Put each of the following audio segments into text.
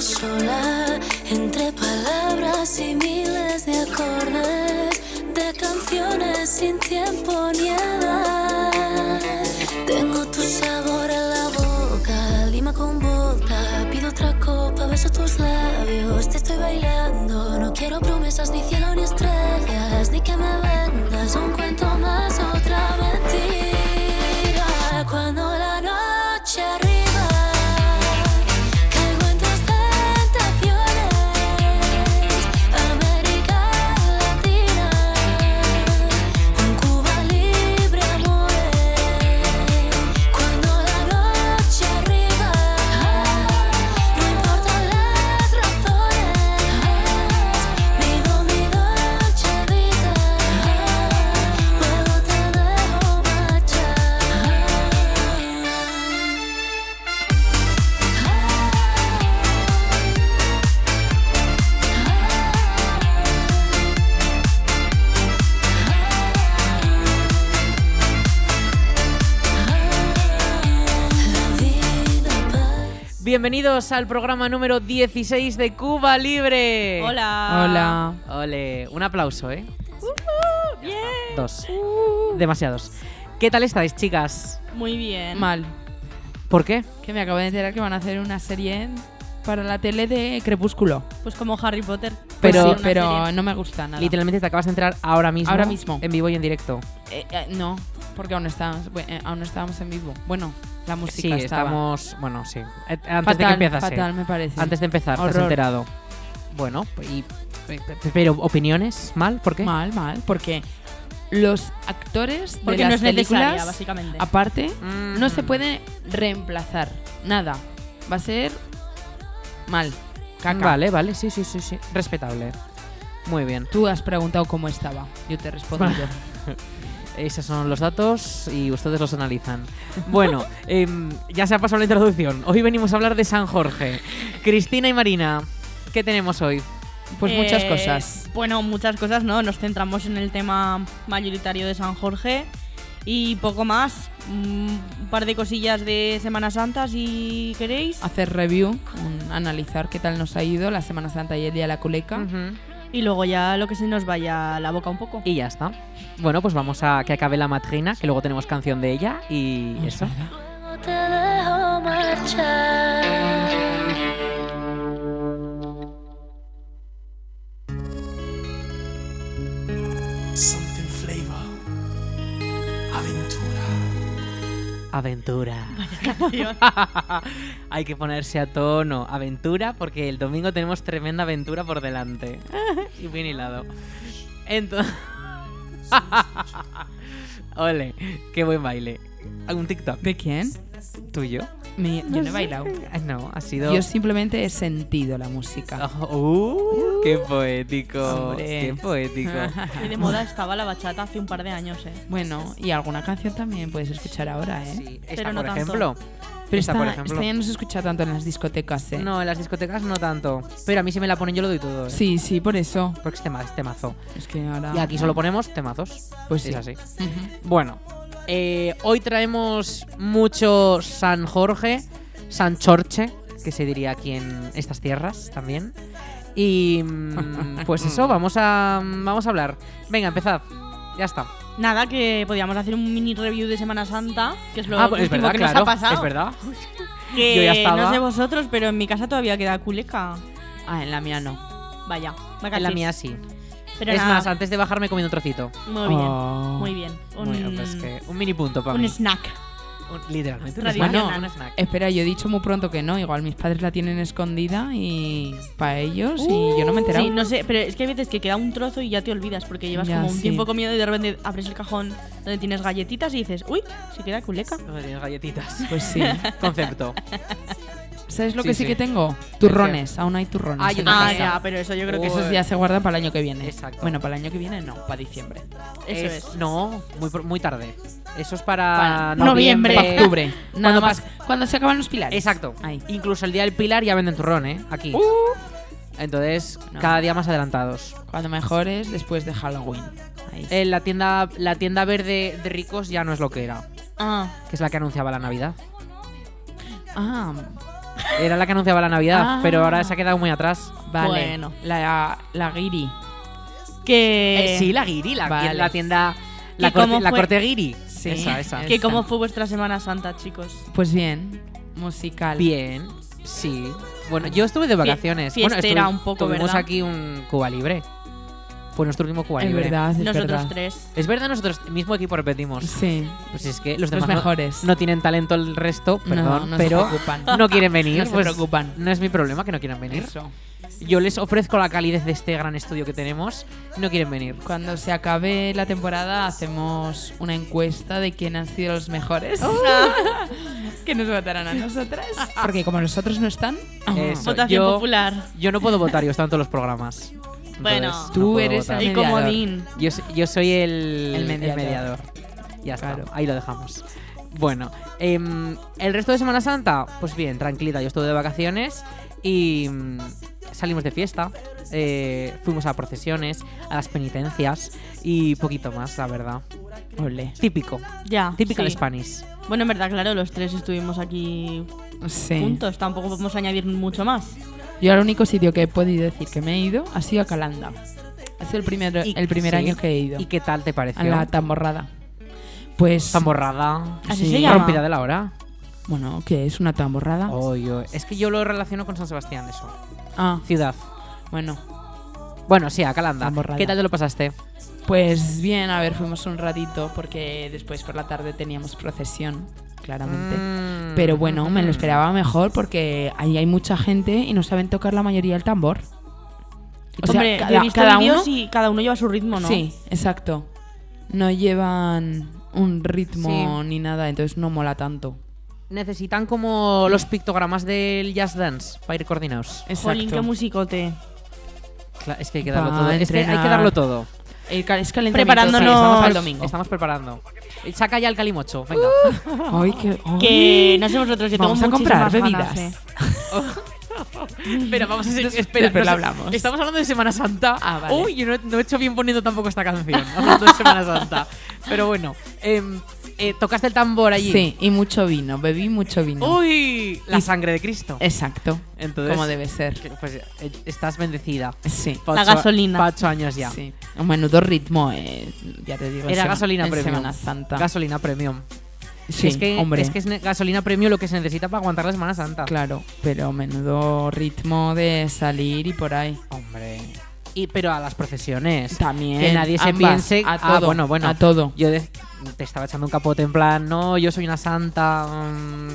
sola entre palabras y miles de acordes de canciones sin tiempo ni edad. Tengo tu sabor en la boca, lima con vodka, pido otra copa, beso tus labios, te estoy bailando, no quiero promesas ni cielo ni estrellas, ni que me vendas un cuento más otra mentira cuando la noche arriba. Caigo en tus tentaciones, América Latina, un Cuba libre amores. Cuando la noche arriba, no importan las razones, vivo mi noche vida, luego te dejo marchar. Bienvenidos al programa número 16 de Cuba Libre. Hola. Hola. Ole, un aplauso, ¿eh? Uh-huh. Ya está. Dos. Demasiados. ¿Qué tal estáis, chicas? Muy bien. Mal. ¿Por qué? Que me acabo de enterar que van a hacer una serie para la tele de Crepúsculo. Pues como Harry Potter. Pues Pero- sí, Una pero serie. no me gusta nada. Literalmente te acabas de entrar ahora mismo. Ahora mismo. En vivo y en directo. Eh, eh, no, porque aún estábamos, bu- eh, aún no estábamos en vivo. Bueno, la música sí, estaba. estamos. Bueno, sí. Eh, Antes fatal, de que empiezas. sí. fatal me parece. Antes de empezar, te has Horror. enterado. Bueno, y. eh, Pero, ¿opiniones? ¿Mal? ¿Por qué? Mal, mal, porque los actores de Porque las no es necesaria, películas, básicamente. aparte, Mm. no se puede reemplazar nada. Va a ser mal, caca. Vale, vale, sí, sí, sí, sí. Respetable. Muy bien. Tú has preguntado cómo estaba. Yo te respondo yo. Esos son los datos y ustedes los analizan. Bueno, em, ya se ha pasado la introducción. Hoy venimos a hablar de San Jorge. Cristina y Marina, ¿qué tenemos hoy? Pues muchas Eh, cosas. Bueno, muchas cosas, ¿no? Nos centramos en el tema mayoritario de San Jorge y poco más. Mm, Un par de cosillas de Semana Santa, si queréis. Ah. Hacer review, un- analizar qué tal nos ha ido la Semana Santa y el Día de la Culeca. Y luego ya lo que se nos vaya la boca un poco. Y ya está. Bueno, pues vamos a que acabe la madrina, que luego tenemos canción de ella y eso. Luego te dejo marchar. Something flavor. Aventura. Aventura. Hay que ponerse a tono. Aventura, porque el domingo tenemos tremenda aventura por delante. y bien hilado. Entonces. Ole, qué buen baile. ¿Un TikTok ¿De quién? tuyo? Me- yo no he bailado. Ah, No, ha sido. Yo simplemente he sentido la música. Oh, uh, ¡Qué poético! Hombre. ¡Qué poético! Y de moda estaba la bachata hace un par de años, ¿eh? Bueno, y alguna canción también puedes escuchar ahora, ¿eh? Sí, esta, Pero no por tanto. ejemplo. Pero esta, esta, por ejemplo. esta ya no se escucha tanto en las discotecas, ¿eh? este No, en las discotecas no tanto. Pero a mí si me la ponen yo lo doy todo. ¿eh? Sí, sí, por eso. Porque es tema- es temazo. Es que ahora. Y aquí solo ponemos temazos. Pues sí. Es así. Ujú. Bueno, eh, hoy traemos mucho San Jorge, San Chorche, que se diría aquí en estas tierras también. Y mm, pues eso, vamos a, mm, vamos a hablar. Venga, empezad. Ya está. Nada, que podíamos hacer un mini review de Semana Santa, que es lo ah, pues es último verdad, que claro. nos ha pasado. Es verdad. Que Yo ya estaba. no sé vosotros, pero en mi casa todavía queda culeca. Ah, en la mía no. Vaya, me En la cachis. mía sí. Pero es nada, más, antes de bajarme comiendo un trocito. Muy bien, Oh. muy bien. Un, Muy bien, pues que un mini punto para un mí. snack. Un- literalmente un snack. Tradicional. Bueno, un snack. Espera, yo he dicho muy pronto que no. Igual mis padres la tienen escondida y. para ellos y yo no me he enterado. Uh, Sí, no sé, pero es que hay veces que queda un trozo y ya te olvidas porque llevas Ya, como un sí. tiempo comiendo y de repente abres el cajón donde tienes galletitas y dices, uy, se queda culeca. No tienes galletitas. Pues sí. Concepto. ¿Sabes lo Sí, que sí, sí. que tengo? Turrones. Aún hay turrones. Ah, yo en la también. Ah, casa. ya, pero eso yo creo que eso, Esos ya se guardan para el año que viene. Exacto. Bueno, para el año que viene no, para diciembre. eso es. No, muy, pr- muy tarde. Eso es Para para, noviembre. Para octubre. Ah, Nada Cuando más. Cuando se acaban los pilares. Exacto. Ahí. Incluso el día del Pilar ya venden turrón, ¿eh? Aquí. Uh. Entonces, No. cada día más adelantados. Cuando mejores, después de Halloween. Ahí. Eh, la, tienda, la tienda verde de ricos ya no es lo que era, Ah, que es la que anunciaba la Navidad. Ah. Era la que anunciaba la Navidad, Ah. pero ahora se ha quedado muy atrás. Vale. Bueno. La, la guiri. Que, Eh, sí, la Guiri, la, vale. la tienda. La ¿Y cómo corte, la fue? corte Guiri. Sí. Esa, esa. que cómo fue vuestra Semana Santa, chicos. Pues bien, musical. Bien, sí. Bueno, yo estuve de vacaciones. bueno, fiestera estuve- un poco, tuvimos ¿verdad? aquí un Cuba Libre. Fue nuestro último Cuba Es Libre. verdad, es Nosotros verdad. tres. Es verdad, nosotros mismo equipo repetimos. Sí. Pues es que los Los demás no- mejores. No, tienen talento el resto, no, perdón, no se pero preocupan. no quieren venir. No se pues preocupan. No es mi problema que no quieran venir. Eso. Yo les ofrezco la calidez de este gran estudio que tenemos. No quieren venir. Cuando se acabe la temporada hacemos una encuesta de quién han sido los mejores. que nos votarán a nosotras. Porque como los otros no están, Eso. Votación yo, popular. yo no puedo votar, yo están todos los programas. Entonces, Bueno. no Tú puedo eres votar. el Y mediador. comodín. Yo, so- yo soy el, El el mediador. mediador. Ya está, Claro. ahí lo dejamos. Bueno, em, el resto de Semana Santa, pues bien, tranquilita, yo estuve de vacaciones y mm, salimos de fiesta, eh, fuimos a procesiones, a las penitencias y poquito más, la verdad. ole. Típico, Ya. típico sí. de Spanish. Bueno, en verdad, claro, los tres estuvimos aquí Sí. juntos. Tampoco podemos añadir mucho más. Yo el único sitio que he podido decir que me he ido ha sido a Calanda. Ha sido el primer, Y- el primer sí. año que he ido. ¿Y qué tal te pareció? a la tamborrada. Pues, Zamborrada. Así Sí. se llama. Rompida de la hora. bueno, ¿qué es una tamborrada? Oh, yo- es que yo lo relaciono con San Sebastián, eso. Ah, Ciudad. bueno. Bueno, sí, a Calanda. Zamborrada. ¿Qué tal te lo pasaste? Pues bien, a ver, fuimos un ratito porque después por la tarde teníamos procesión, claramente. Mm. Pero bueno, me lo Mm. esperaba mejor porque ahí hay mucha gente y no saben tocar la mayoría el tambor. O sea, Hombre, yo he visto vídeos y cada uno lleva su ritmo, ¿no? Sí, exacto. No llevan un ritmo ni nada, entonces no mola tanto. Necesitan como los pictogramas del Jazz Dance para ir coordinados. Jolín, qué musicote. Cla- Es que hay que darlo Va a todo. Es que hay que entrenar. darlo todo. El cal- es calentamiento, Preparándonos. sí, estamos Uh. Para al el domingo. Estamos preparando. Eh, Saca ya el calimocho, venga. Ay, qué- ay. Que no sé vosotros, yo Vamos a tengo comprar muchísimas bebidas. ganas, eh. Pero vamos a seguir. espera, después no sé. lo hablamos. Estamos hablando de Semana Santa. Ah, vale. Uy, yo no, he- no he hecho bien poniendo tampoco esta canción. Hablando de Semana Santa. Pero bueno, em, eh, tocaste el tambor allí. Sí, y mucho vino, bebí mucho vino. Uy, la sangre de Cristo. Exacto, Entonces, como debe ser. que, pues, eh, estás bendecida. Sí. Pa' La ocho- gasolina. pa' ocho años pues, ya. Sí. Un menudo ritmo, eh, ya te digo. en Era sema- gasolina en premium. Semana Santa. Gasolina premium. sí, es que, hombre. Es que es ne- gasolina premium lo que se necesita para aguantar la Semana Santa. Claro, pero menudo ritmo de salir y por ahí. Hombre. Y, pero a las procesiones. También. Que nadie se ambas, piense. A Ah, todo. bueno, bueno. A todo. Yo de- te estaba echando un capote en plan, no, yo soy una santa. mm.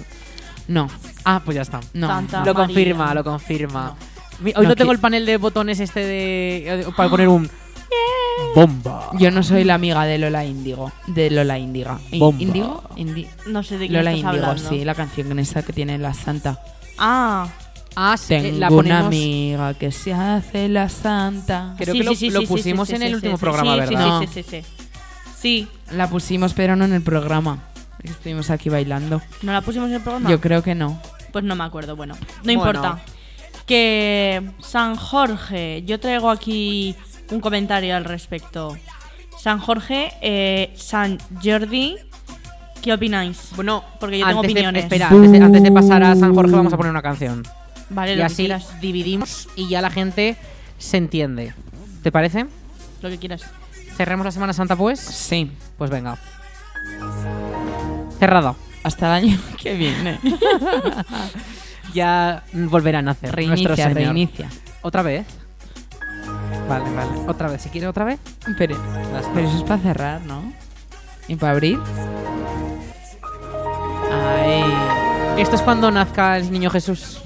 No, Ah, pues ya está. no. Tanta. Lo María. confirma, lo confirma. Mi- Hoy No, no, tengo que- Ah. el panel de botones este de. eh, Para poner un. Bomba. Yo no soy la amiga de Lola Índigo. De Lola Índiga. I- Bomba. ¿Índigo? Indi- No sé de qué Lola estás Índigo, hablando. sí, la canción esa que tiene la santa. Ah, Ah, sí, eh, Tengo la una ponemos. amiga que se hace la santa. Creo sí, que lo, sí, sí, lo sí, sí, pusimos sí, en sí, el sí, último sí, programa, sí, sí, ¿verdad? No. Sí, sí, sí, sí. Sí, La pusimos, pero no en el programa. Estuvimos aquí bailando. ¿no la pusimos en el programa? Yo creo que no. Pues no me acuerdo, bueno, no Bueno. importa. Que San Jorge, yo traigo aquí un comentario al respecto. San Jorge, eh, San Jordi, ¿qué opináis? Bueno, Porque yo tengo antes de- opiniones. espera, antes de, antes de pasar a San Jorge vamos a poner una canción. Vale, Y lo que así quieras. dividimos y ya la gente se entiende. ¿Te parece? Lo que quieras. ¿Cerremos la Semana Santa pues? Sí. Pues venga. Cerrada. Hasta el año que viene. Ya mm, volverán a hacer. nuestro Reinicia, Señor. reinicia. ¿Otra vez? Vale, vale. Otra vez. Si quiere otra vez. Pero, Ya está. pero eso es para cerrar, ¿no? ¿Y para abrir? Ay. Esto es cuando nazca el niño Jesús.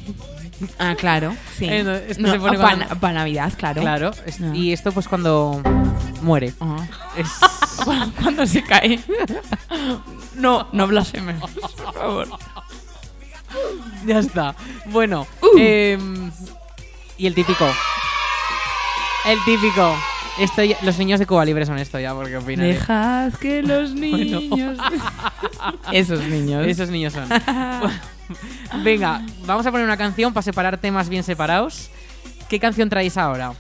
Ah, claro. Sí. Eh, no, este esto se pone para, cuando- Navidad, claro. Claro. es- No. Y esto pues cuando muere. Ah. Es- Cuando se cae. No, no blasfememos, por favor. Ya está. Bueno, Uh. em, y el típico. El típico. Esto ya- los niños de Cuba Libre son esto ya, porque opinan. Dejad que los niños. Esos niños. Esos niños son. Venga, vamos a poner una canción para separar temas bien separados. ¿Qué canción traéis ahora?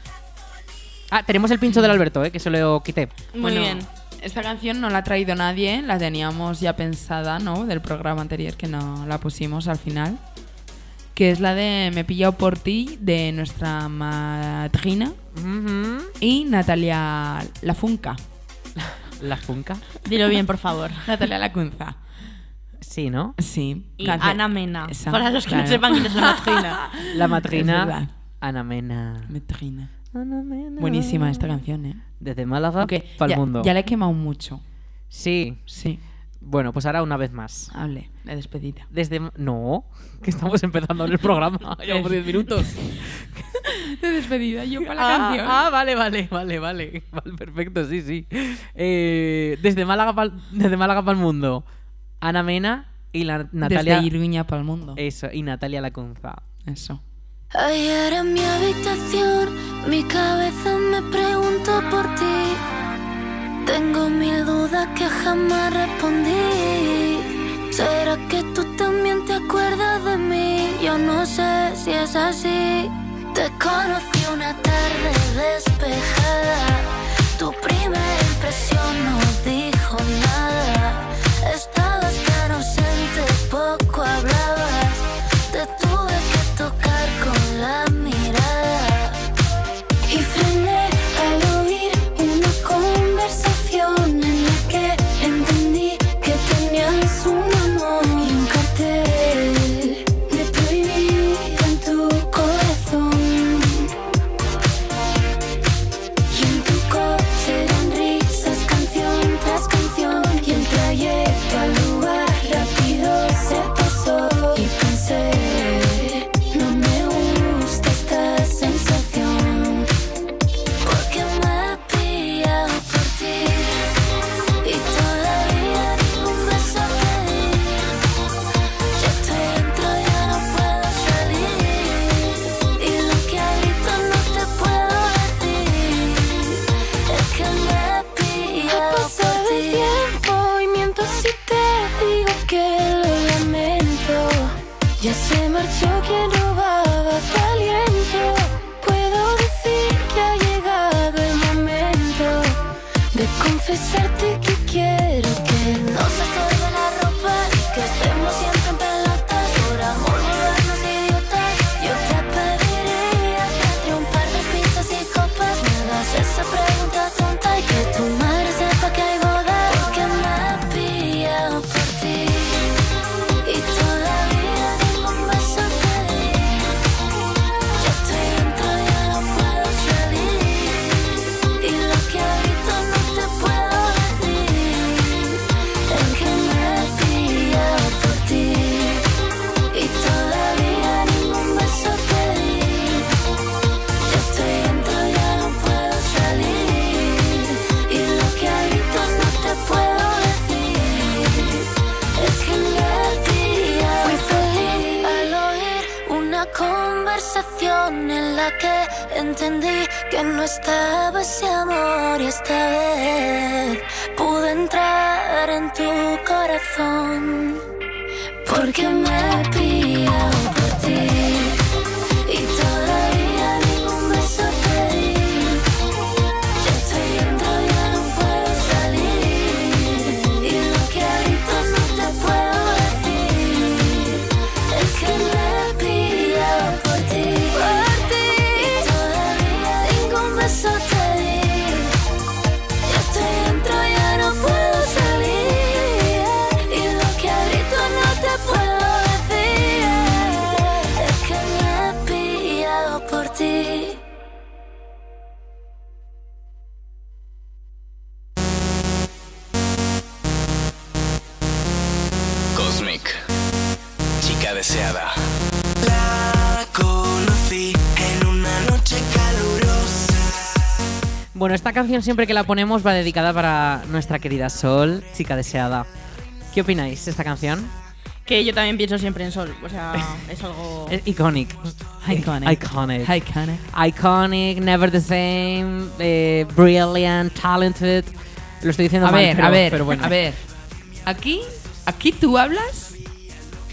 Ah, tenemos el pincho del Alberto, ¿eh? que se lo quité. Muy Bueno, bien. Esta canción no la ha traído nadie, la teníamos ya pensada, ¿no? Del programa anterior que no la pusimos al final. que es la de Me he pillado por ti, de nuestra madrina Ujú. y Natalia Lafunca. La Funka. Dilo bien, por favor. Natalia Lacunza. Sí, ¿no? Sí. Y Cance- Ana Mena. Esa, para los que no claro. sepan quién es la madrina. La Es verdad. matrina. Ana Mena. Madrina. Ana Mena. Buenísima esta canción, ¿eh? Desde Málaga Aunque para ya, el mundo. ya la he quemado mucho. Sí. Sí. Bueno, pues ahora una vez más. Hable, la despedida. Desde. No, que estamos empezando el programa. Llevamos 10 minutos. De despedida, yo para Ah, ah, vale, vale, vale, vale. Vale, perfecto, sí, sí. Eh, desde Málaga pa'l- desde Málaga para el mundo. Ana Mena y la Natalia. Desde Iruña para el mundo. Eso, y Natalia Lacunza. Eso. Ayer en mi habitación, mi cabeza me preguntó por ti. Tengo mil dudas que jamás respondí. ¿Será que tú también te acuerdas de mí? Yo no sé si es así. Te conocí una tarde despejada. Tu primera impresión no dijo nada. Estabas tan ausente, poco hablabas. Te tuve que tocar con la mirada. Y frené al oír una conversación en la que entendí que tenías un amor y un cartel de prohibido en tu corazón. Y en tu coche eran risas, canción tras canción. Y el trayecto al lugar rápido se pasó. Y pensé, no me gusta esta sensación. Porque me he pillado por ti. Y todavía ningún beso te di. Ya estoy dentro, ya no puedo salir. Y lo que ahorita no te puedo decir. Es que me pilla por ti. tiempo y miento si te digo que lo lamento. Ya se marchó quien robaba tu aliento. Puedo decir que ha llegado el momento de confesarte que quiero que no se acabe la ropa y que estemos siempre en pelotas por amor volvernos idiotas yo te pediría que entre un par de pizzas y copas me hagas esa pregunta tonta y que tu madre sepa que hay boda porque me he pillado por ti y todavía ningún beso te di ya estoy dentro ya no puedo salir y lo que ahorita no te puedo decir es que me he pillado por ti y todavía ningún beso te di. Ya estoy dentro, ya no puedo salir y lo que ahorita no te puedo decir es que me he pillado. Fui feliz al oír una conversación en la que entendí que no estaba ese amor y esta vez pude entrar en tu corazón porque me he pillado por ti y todavía ningún beso te di. Ya estoy dentro, ya no puedo salir y lo que ahorita no te puedo decir es que me he pillado por ti, por ti y todavía ningún beso te di. Ya estoy dentro, ya no puedo salir y lo que ahorita no te puedo decir es que me he pillado por ti. Cosmic. Chica deseada. La conocí en una noche calurosa. Bueno, esta canción siempre que la ponemos va dedicada para nuestra querida Sol, chica deseada. ¿Qué opináis de esta canción? Que yo también pienso siempre en Sol. O sea, es algo. Es iconic. Iconic. Iconic. Iconic. Iconic, never the same, eh, brilliant, talented. Lo estoy diciendo A mal, ver, pero, a ver, pero bueno. a ver. Aquí, aquí tú hablas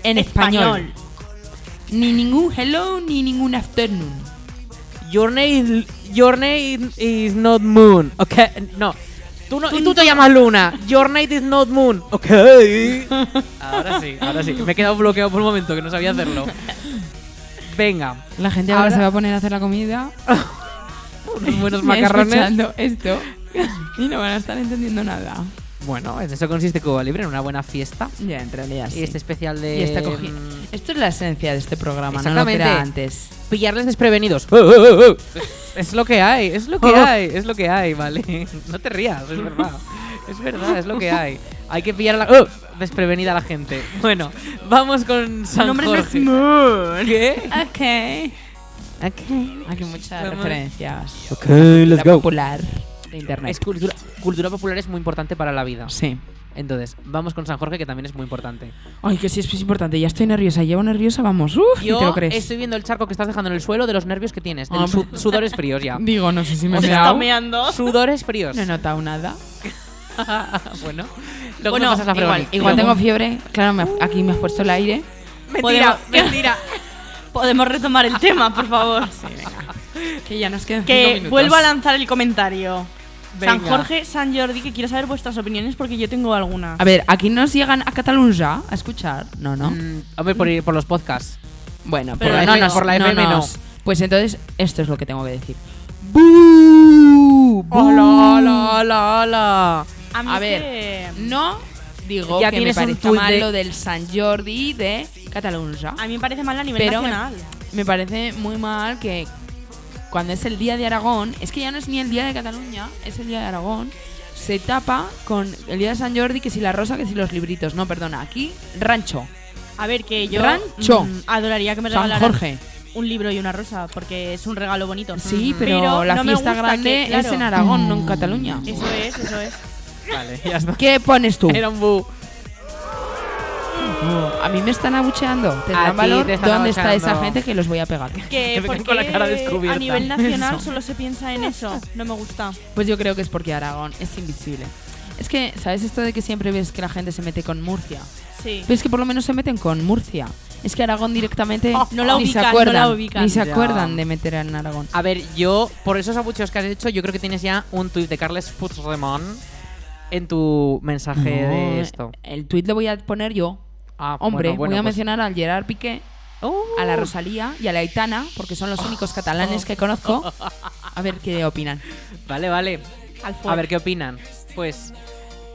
en español. Ni ningún hello, ni ningún afternoon. Your name, is- your name is not moon, okay? No. Tú, no, y tú te llamas Luna. Your name is not moon, okay? Ahora sí, ahora sí. Me he quedado bloqueado por un momento que no sabía hacerlo. Venga. La gente ahora, Ahora- se va a poner a hacer la comida. Unos buenos macarrones. Escuchando esto. Y no van a estar entendiendo nada. Bueno, en eso consiste Cuba Libre, en una buena fiesta. Ya, en realidad Y este especial de. Y está cogido. mm, Esto es la esencia de este programa, no lo que Exactamente. era antes. Pillarles desprevenidos. Oh, ¡Eh, eh, eh, eh! Es lo que hay, es lo que hay, es lo que hay, vale. No te rías, es verdad. Es verdad, es lo que hay. Hay que pillar a la- ¡Oh! desprevenida a la gente. Bueno, vamos con San Jorge. ¿Qué? Ok. Ok. Aquí muchas Vamos. referencias. Ok, La popular de internet. Es cultura, cultura popular es muy importante para la vida. Sí. Entonces, vamos con San Jorge, que también es muy importante. Ay, que sí, es es importante. Ya estoy nerviosa. Llevo nerviosa, vamos. Uf, Yo y te lo crees. estoy viendo el charco que estás dejando en el suelo de los nervios que tienes, de Ah, los su- sudores fríos ya. Digo, no sé si me he Se está meado. meando. Sudores fríos. No he notado nada. bueno, luego Bueno, me pasas la igual- Veronique. Igual Luego- tengo fiebre. Claro, me- aquí me has puesto el aire. Mentira, Podemos- mentira. Podemos retomar el tema, por favor. Que ya nos quedan Que vuelvo a lanzar el comentario. San Venga. Jorge, San Jordi, que quiero saber vuestras opiniones porque yo tengo alguna. A ver, aquí nos llegan a Catalunya a escuchar. No, no. Mm, hombre, por, por los podcasts. Bueno, Pero por, la no FM nos- por la no FM no. nos- Pues entonces, esto es lo que tengo que decir. ¡Bú! ¡Bú! hola, hola! A mí a es ver. que- No digo Ya que me tienes un parezca tuit mal de- lo del San Jordi de Catalunya. A mí me parece mal a nivel Pero me, nacional. me parece muy mal que cuando es el Día de Aragón, es que ya no es ni el Día de Cataluña, es el Día de Aragón, se tapa con el Día de San Jordi, que si la rosa, que si los libritos. No, perdona, aquí rancho. A ver, que yo Rancho. mm, adoraría que me San regalaran Jorge. un libro y una rosa porque es un regalo bonito. Sí, Mm. pero, la no me fiesta gusta grande que- claro. es en Aragón, no en Cataluña. Eso es, eso es. Vale, ya está. ¿Qué pones tú? Era un bu. A mí me están abucheando. A ¿Tendrán ti valor? te están ¿Dónde está abucheando. esa gente que los voy a pegar? Que Que me porque quedo con la cara descubierta. a nivel nacional solo se piensa en eso. No me gusta. Pues yo creo que es porque Aragón es invisible. Es que, ¿sabes esto de que siempre ves que la gente se mete con Murcia? Sí. Pero es que por lo menos se meten con Murcia. Es que Aragón directamente No la ni ubican, se acuerdan, no la ubican. Ni se Ya. acuerdan de meter en Aragón. A ver, yo, por esos abucheos que has hecho, yo creo que tienes ya un tuit de Carles Puigdemont en tu mensaje de No, esto. El tuit lo voy a poner yo. Ah, Hombre, bueno, bueno, voy a pues- mencionar al Gerard Piqué, Oh. a la Rosalía y a la Aitana, porque son los únicos catalanes que conozco. A ver qué opinan. Vale, vale. Al A fuego. ver qué opinan. Pues.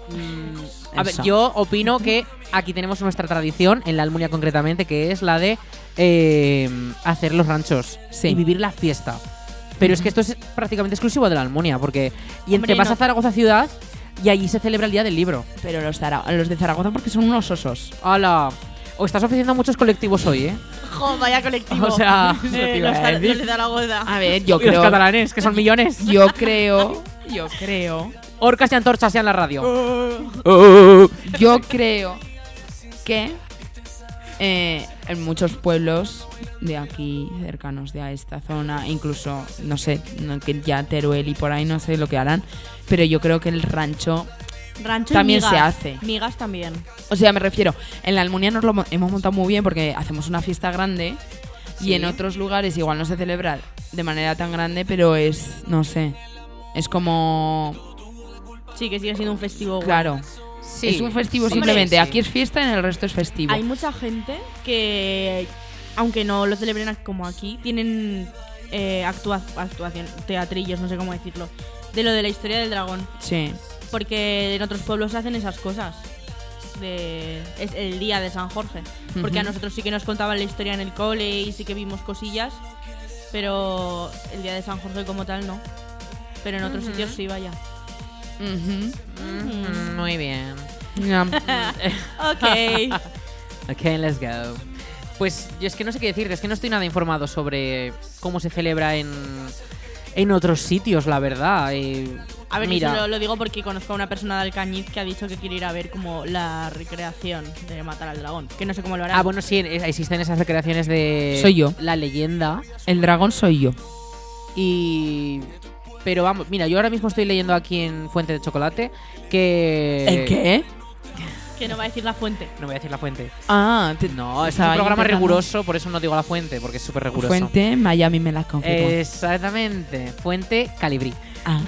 mm, a ver, Eso. yo opino que aquí tenemos nuestra tradición, en la Almunia concretamente, que es la de eh, hacer los ranchos Sí. y vivir la fiesta. Pero es que esto es prácticamente exclusivo de la Almunia, porque. Hombre, Y entre vas no. a Zaragoza ciudad y allí se celebra el Día del Libro. Pero los, Zara- los de Zaragoza porque son unos osos. ¡Hala! O estás ofreciendo a muchos colectivos hoy, ¿eh? Jo, vaya colectivo. O sea, Eh, eso te iba los, a tar- decir. los de Zaragoza. A ver, yo Y los creo... catalanes, que son millones. Yo creo... Yo creo... Orcas y antorchas ya en la radio. Yo creo que eh, en muchos pueblos de aquí, cercanos de a esta zona, incluso, no sé, no- que ya Teruel y por ahí no sé lo que harán, pero yo creo que el rancho, Rancho y También se migas. hace. Migas también. o sea, me refiero, en la Almunia nos lo mo- hemos montado muy bien porque hacemos una fiesta grande y en otros lugares igual no se celebra de manera tan grande, pero es, no sé, es como, Sí, que sigue siendo un festivo. guay. claro, es un festivo simplemente, aquí es fiesta y en el resto es festivo. Hay mucha gente que, aunque no lo celebren ac- como aquí, tienen eh, actua- actuación, teatrillos, no sé cómo decirlo, de lo de la historia del dragón. Sí. Porque en otros pueblos hacen esas cosas. De- es el día de San Jorge. Porque a Ujú. nosotros sí que nos contaban la historia en el cole y sí que vimos cosillas. Pero el día de San Jorge como tal no. Pero en otros sitios sí, vaya. Ujú. Muy bien. Ya. Ok. Ok, let's go. Pues yo es que no sé qué decirte, es que no estoy nada informado sobre cómo se celebra en, en otros sitios, la verdad. eh, A ver, mira, yo solo lo digo porque conozco a una persona del Cañiz que ha dicho que quiere ir a ver como la recreación de matar al dragón. Que no sé cómo lo hará. Ah, bueno, sí, eh, existen esas recreaciones de... Soy yo. La leyenda. El dragón soy yo. Y... Pero vamos, mira, yo ahora mismo estoy leyendo aquí en Fuente de Chocolate que... ¿En qué? Que no va a decir la fuente. No voy a decir la fuente. Ah, No, es un programa riguroso, por eso no digo la fuente, porque es súper riguroso. Fuente, Miami me las confirmó. Eh, Exactamente, Fuente Calibrí. Ah.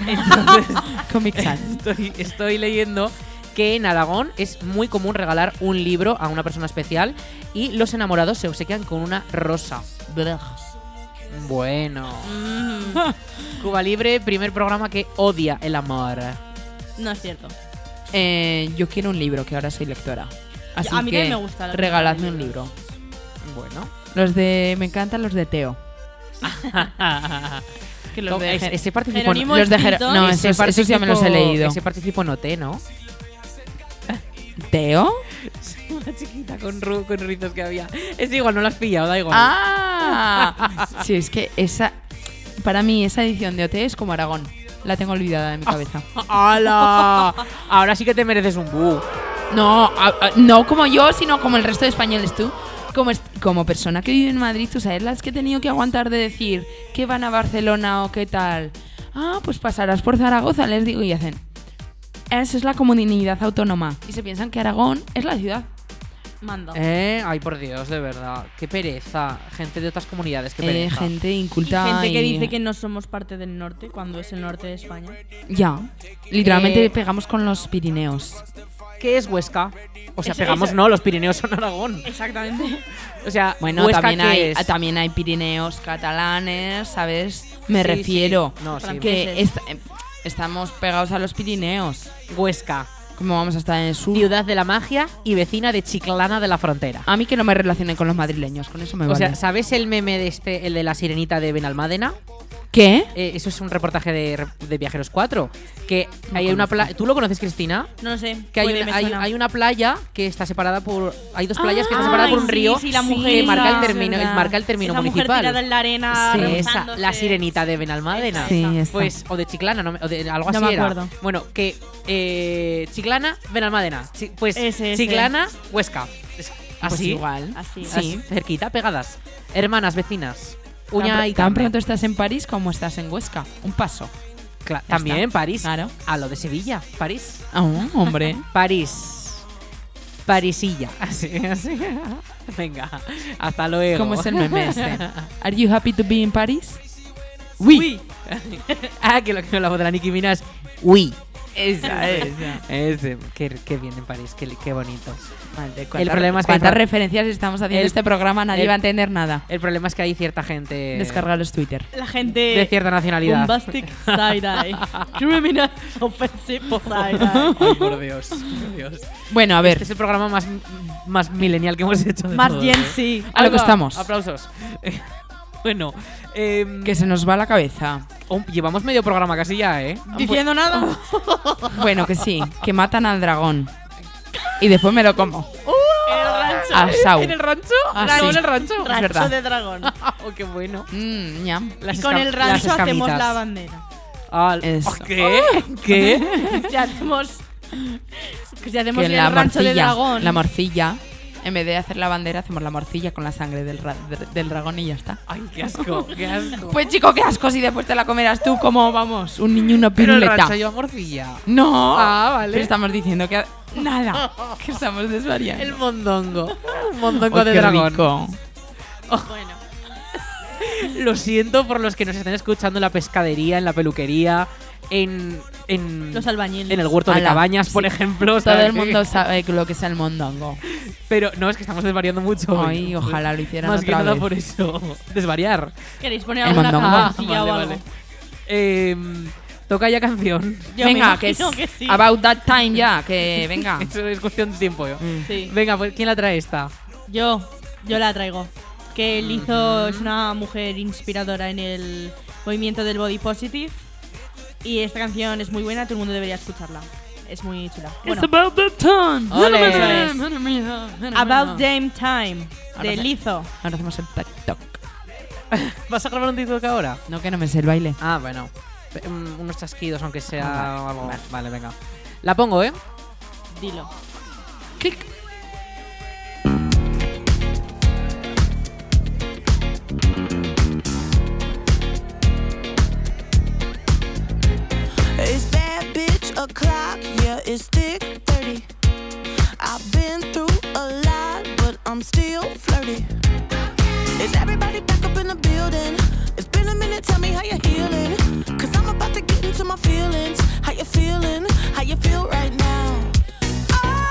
Comic Sans. Estoy, estoy leyendo que en Aragón es muy común regalar un libro a una persona especial y los enamorados se obsequian con una rosa. Bueno. Cuba Libre, primer programa que odia el amor. No es cierto. Eh, yo quiero un libro, que ahora soy lectora. Así a mí que también me gusta la regaladme lectura de un libro. Bueno. Los de... Me encantan los de Teo. Que los No, de es- Ger- ese participó en, Jerónimo los de Jer- Espíritu. no, ese esos- esos ya me los he participó- leído. Ese participó en OT, ¿no? ¿Teo? Una chiquita con, ru- con rizos que había. Es igual, no las has pillado, da igual. ¡Ah! sí, es que esa... Para mí, esa edición de OT es como Aragón. La tengo olvidada Ah. de mi cabeza. ¡Hala! Ahora sí que te mereces un bu. No, a- a- no como yo, sino como el resto de españoles tú. Como, est- como persona que vive en Madrid, tú sabes las que he tenido que aguantar de decir que van a Barcelona o qué tal. Ah, pues pasarás por Zaragoza, les digo, y hacen. Esa es la comunidad autónoma. Y se piensan que Aragón es la ciudad. Mando. Eh, ay, por Dios, de verdad. Qué pereza. Gente de otras comunidades, qué Eh, pereza. gente Y inculta. gente que y- dice que no somos parte del norte cuando es el norte de España. Ya. Literalmente Eh, pegamos con los Pirineos. ¿Qué es Huesca? O sea, Eso- pegamos eso- no, los Pirineos son Aragón. Exactamente. O sea, Bueno, Huesca, también ¿qué hay, es? ah, también hay Pirineos catalanes, ¿sabes? Me Sí, sí. refiero. No, sí. Franquia. que est- eh, estamos pegados a los Pirineos. Huesca, ¿Cómo vamos a estar en el sur? ciudad de la magia y vecina de Chiclana de la frontera. A mí que no me relacionen con los madrileños, con eso me o vale. sea, ¿sabes el meme de este, el de la sirenita de Benalmádena? ¿Qué? Eh, eso es un reportaje de, de Viajeros 4. Que No hay una conozco. playa. ¿Tú lo conoces, Cristina? No lo sé. Que hay, puede, me una, hay- suena. hay una playa que está separada por. Hay dos playas que Ah, están separadas por un sí, río sí, la mujer que esa, marca el es término, verdad. marca el término Esa municipal. Mujer tirada en la arena. Sí, esa, rozándose. la sirenita de Benalmádena. Sí, esa. Pues, o de Chiclana, no me- o de, algo No así me era. acuerdo. Bueno, que eh, Chiclana, Benalmádena. Chi- pues Ese, ese. Chiclana, Huesca. Es- Pues Así, igual. Así. así, cerquita, pegadas. Hermanas, vecinas. Tan Uña pr- y tan carne. pronto estás en París como estás en Huesca. Un paso. Cla- Ya también está. en París. Claro. A lo de Sevilla, París. Ah, hombre. París. Parisilla. Así, así. Venga, hasta luego. ¿Cómo es el meme este? Are you happy to be in Paris? Oui. ah, que lo que hablamos de la Nicki Minaj. Oui. Esa es. Ese. Qué, qué bien en París, qué, qué bonito. El problema es que hay cuántas fra- referencias estamos haciendo el- en este programa, nadie el- va a entender nada. El problema es que hay cierta Eh, gente Descargaros Twitter. La gente. de cierta nacionalidad. Bombastic side-eye. Criminal offensive side-eye. Ay, por Dios, por Dios. Bueno, a ver. Este es el programa más, más millennial que hemos hecho. de Más todos, Gen ¿eh? Z. A lo que Ahí va, estamos. Aplausos. bueno, em, Que se nos va la cabeza. oh, llevamos medio programa casi ya, ¿eh? Diciendo nada. Bueno, que sí, que matan al dragón. Y después me lo como. En el rancho. A Sau. ¿En el rancho? Ah, ¿Dragón sí. en el rancho? es rancho verdad. de dragón. Oh, qué bueno. Mmm, ñam. Las y con escam- el las rancho hacemos escamitas. la bandera. Ah, Eso. oh, ¿Qué? ¿Qué? Si hacemos. que Si hacemos Que el la rancho de morcilla, dragón. la morcilla, en vez de hacer la bandera, hacemos la morcilla con la sangre del, ra- dr- del dragón y ya está. Ay, qué asco, qué asco. Pues chico, qué asco si después te la comerás tú como, vamos, un niño una Pero el piruleta. rancho lleva morcilla. No, Ah, vale. pero estamos diciendo que nada, que estamos desvariando. El mondongo. Un mondongo Ay, de qué dragón. rico. Bueno. Lo siento por los que nos están escuchando en la pescadería, en la peluquería, en. en Los albañiles. en el huerto de Ala, cabañas, por sí. ejemplo. Todo ¿sabes? el mundo sabe lo que es el mondongo. Pero no, es que estamos desvariando mucho. hoy. Pues, Ay, ojalá lo hicieran Más que otra nada vez. Ah, por eso. Desvariar. Ah, ¿Queréis poner El alguna mondongo. cancioncilla o algo? Em, toca ya canción. Yo me venga, que, imagino es que sí. about that time ya, Mm. que venga. Eso es cuestión de tiempo. Yo. Sí. Venga, pues ¿quién la trae esta? Yo, yo la traigo. Que Lizo es una mujer inspiradora en el movimiento del body positive. Y esta canción es muy buena, todo el mundo debería escucharla. Es muy chula. Bueno, about that time. Ole. About Damn Time, Ahora de sí. Lizo. Ahora hacemos el TikTok. ¿Vas a grabar un TikTok ahora? No, que no me sé el baile. Ah, bueno. Pe- mm, Unos chasquidos, aunque sea Ah, vale, algo. Vale. vale. venga. La pongo, ¿eh? Dilo. Clic. It's bad bitch o'clock, yeah, it's thick 30. I've been through a lot, but I'm still flirty. Is everybody back up in the building? It's been a minute, tell me how you're healing. Cause I'm about to get into my feelings. How you feeling? How you feel right now? Uh,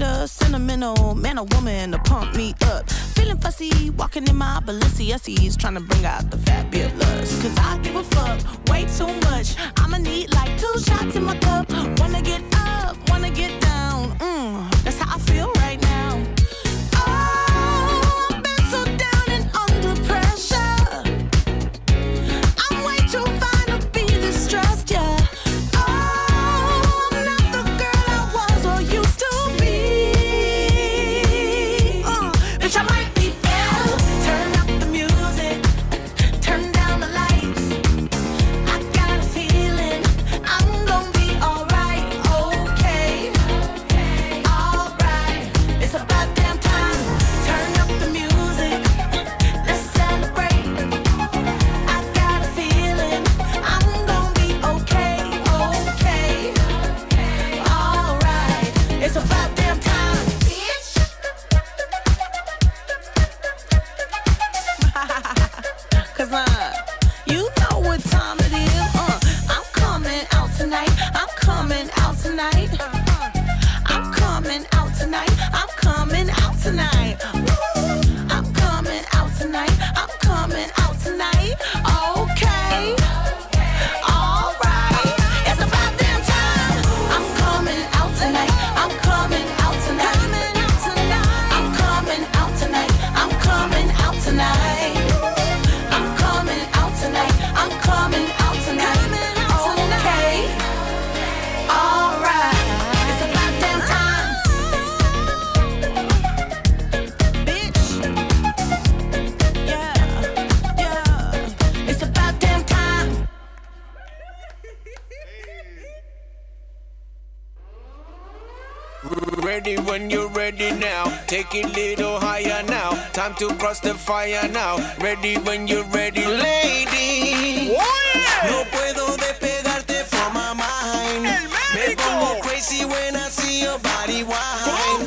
a sentimental man or woman to pump me up. Feeling fussy, walking in my Balenciennes, trying to bring out the fabulous. Cause I give a fuck way too much. I'ma need like two shots in my cup. Wanna get up, wanna get down. Mm, that's how I feel right now. Oh, I've been so down and under pressure. I'm way too fine to be distressed, yeah. Oh, I'm not the girl I was or used to be. Uh, bitch, I might be ill. Turn up the music, turn down the lights. I got a feeling I'm gonna be alright, okay, alright. It's about damn time. Turn up the music, let's celebrate. I got a feeling I'm gonna be okay, okay, alright. It's about damn time. Cause uh, you know what time it is. Uh, I'm coming out tonight. I'm coming out tonight. I'm coming out tonight. I'm coming out tonight. I'm coming out tonight. I'm coming out tonight. Okay. Alright. It's about damn time. I'm coming out tonight. I'm coming out tonight. I'm coming out tonight. I'm coming out tonight. I'm coming out tonight. I'm coming out tonight. Okay. Alright. It's about damn time. Bitch. Yeah. Yeah. It's about damn time. Ready when you're ready now. Take it little higher now. Time to cross the fire now. Ready when you're ready, lady. No puedo despegarte from my mind. Me pongo crazy when I see your body wine.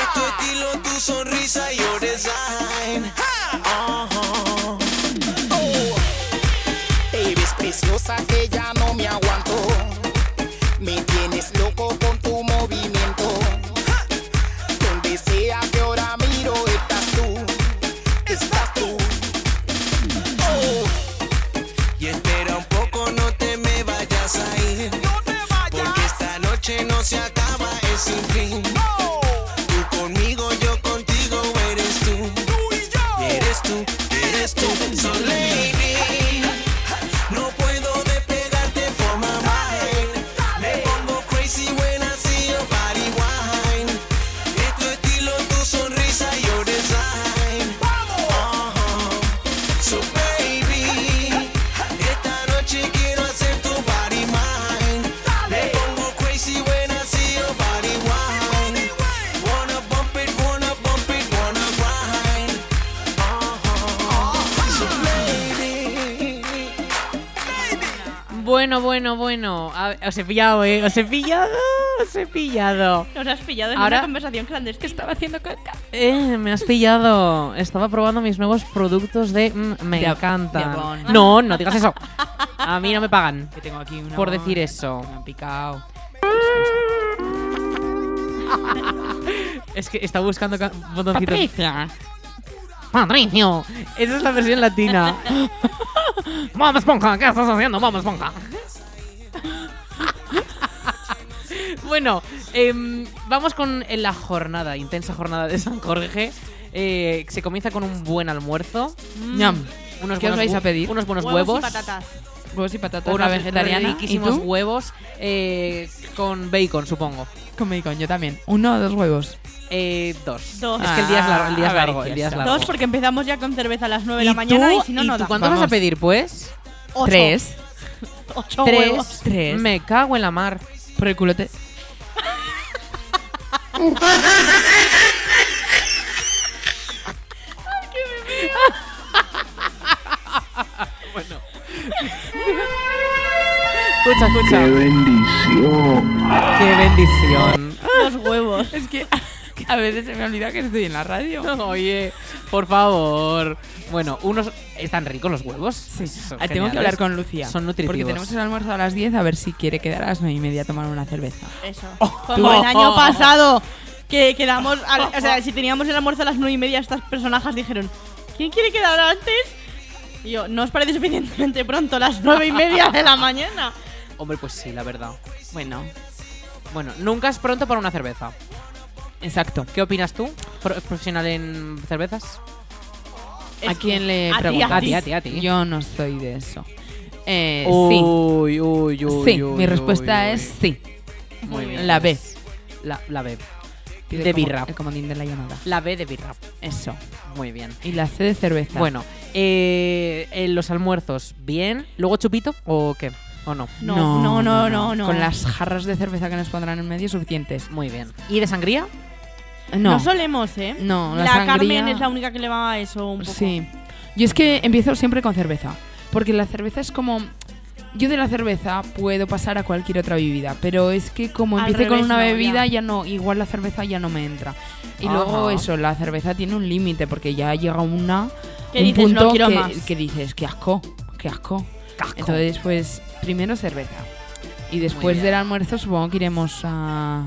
Es tu estilo, tu sonrisa, your design. Uh-huh. Te ves preciosa que ya no me aguanto. Me tienes loco con tu movimiento. Donde sea que ahora miro, estás tú. Estás tú. Y espera un poco, no te me vayas a ir. Porque esta noche no se acaba, es sin fin. Tú conmigo, yo contigo, eres tú. Eres tú, eres tú. So lady, no puedo despegarte from my mind. Me pongo crazy when I see your body wine. Es tu estilo, tu sonrisa, your design. Ajá. So baby, esta noche quiero hacer tu body mine. Me pongo crazy when I see your body wine. Wanna bump it, wanna bump it, wanna grind. Uh-huh. So baby, Bueno, bueno, bueno. A ver, os he pillado, eh. Os he pillado, os he pillado. Nos has pillado en Ahora- una conversación clandestina. Que estaba haciendo caca. Eh, me has pillado. Estaba probando mis nuevos productos de. mm, me De ab- de encanta. abón. No, no digas eso. A mí no me pagan. Que tengo aquí una Por decir que eso. Me han picado. Es que está buscando ca- botoncitos. Patricio. Esa es la versión latina. Mamá Esponja, ¿qué estás haciendo, Mamá Esponja? bueno, em, vamos con la jornada, intensa jornada de San Jorge. Eh, se comienza con un buen almuerzo. Ñam. Unos ¿Qué os buenos vais a hu- pedir? Unos buenos Huevos, huevos. y patatas. Huevos y patatas. Unos Una vegetariana. ¿Y riquísimos tú? huevos eh, con bacon, supongo. Con bacon, yo también. Uno o dos huevos. Eh, dos. Dos. Es que el día es largo. El día es Ah, largo. El día es largo. Dos, porque empezamos ya con cerveza a las 9 de ¿Y la mañana tú- y si no, y no tú da. ¿Cuántos vas a Vamos. pedir, pues? Ocho. Tres. Ocho Tres. huevos. Tres. Me cago en la mar. Por el culote. Escucha, escucha. ¡Qué bendición! ¡Qué bendición! Dos huevos. Es que a veces se me olvida que estoy en la radio. Oye, por favor. Bueno, unos. ¿Están ricos los huevos? Sí, Ah, tengo que hablar con Lucía. Son Porque nutritivos. tenemos el almuerzo a las 10, a ver si quiere quedar a las 9 y media a tomar una cerveza. Eso. Como el año pasado que quedamos. al- Oh. o sea, si teníamos el almuerzo a las nueve y media, estas personajes dijeron: ¿Quién quiere quedar antes? Y yo, ¿no os parece suficientemente pronto las nueve y media de la mañana? Hombre, pues sí, la verdad. Bueno, Bueno, nunca es pronto para una cerveza. exacto. ¿Qué opinas tú, pro- profesional en cervezas? ¿A quién le a ti, preguntas? a ti, a ti, a ti. Yo no soy de eso. Eh, Uy, uy, sí, uy, sí. uy, Mi uy, respuesta uy. es sí. Muy bien. La B. La, la B. Pide De como- birra. El comodín de la llamada. La B de birra. Eso. Muy bien. Y la C de cerveza. Bueno, eh, eh, los almuerzos, bien. ¿Luego chupito o qué? ¿O no? No, no, no, no, no. Con las jarras de cerveza que nos pondrán en medio suficientes. Muy bien. ¿Y de sangría? No. No solemos, ¿eh? No, la la Carmen sangría- es la única que le va a eso un poco. Sí. Yo es que empiezo siempre con cerveza. Porque la cerveza es como. Yo de la cerveza puedo pasar a cualquier otra bebida, pero es que como Al empiece con revés, una no, bebida ya. ya. no, igual la cerveza ya no me entra. Y Ajá. luego eso, la cerveza tiene un límite porque ya llega una Que un dices, punto "No quiero que, más". que dices, qué asco, qué asco. Entonces, pues primero cerveza. Y después bien. del almuerzo supongo que iremos a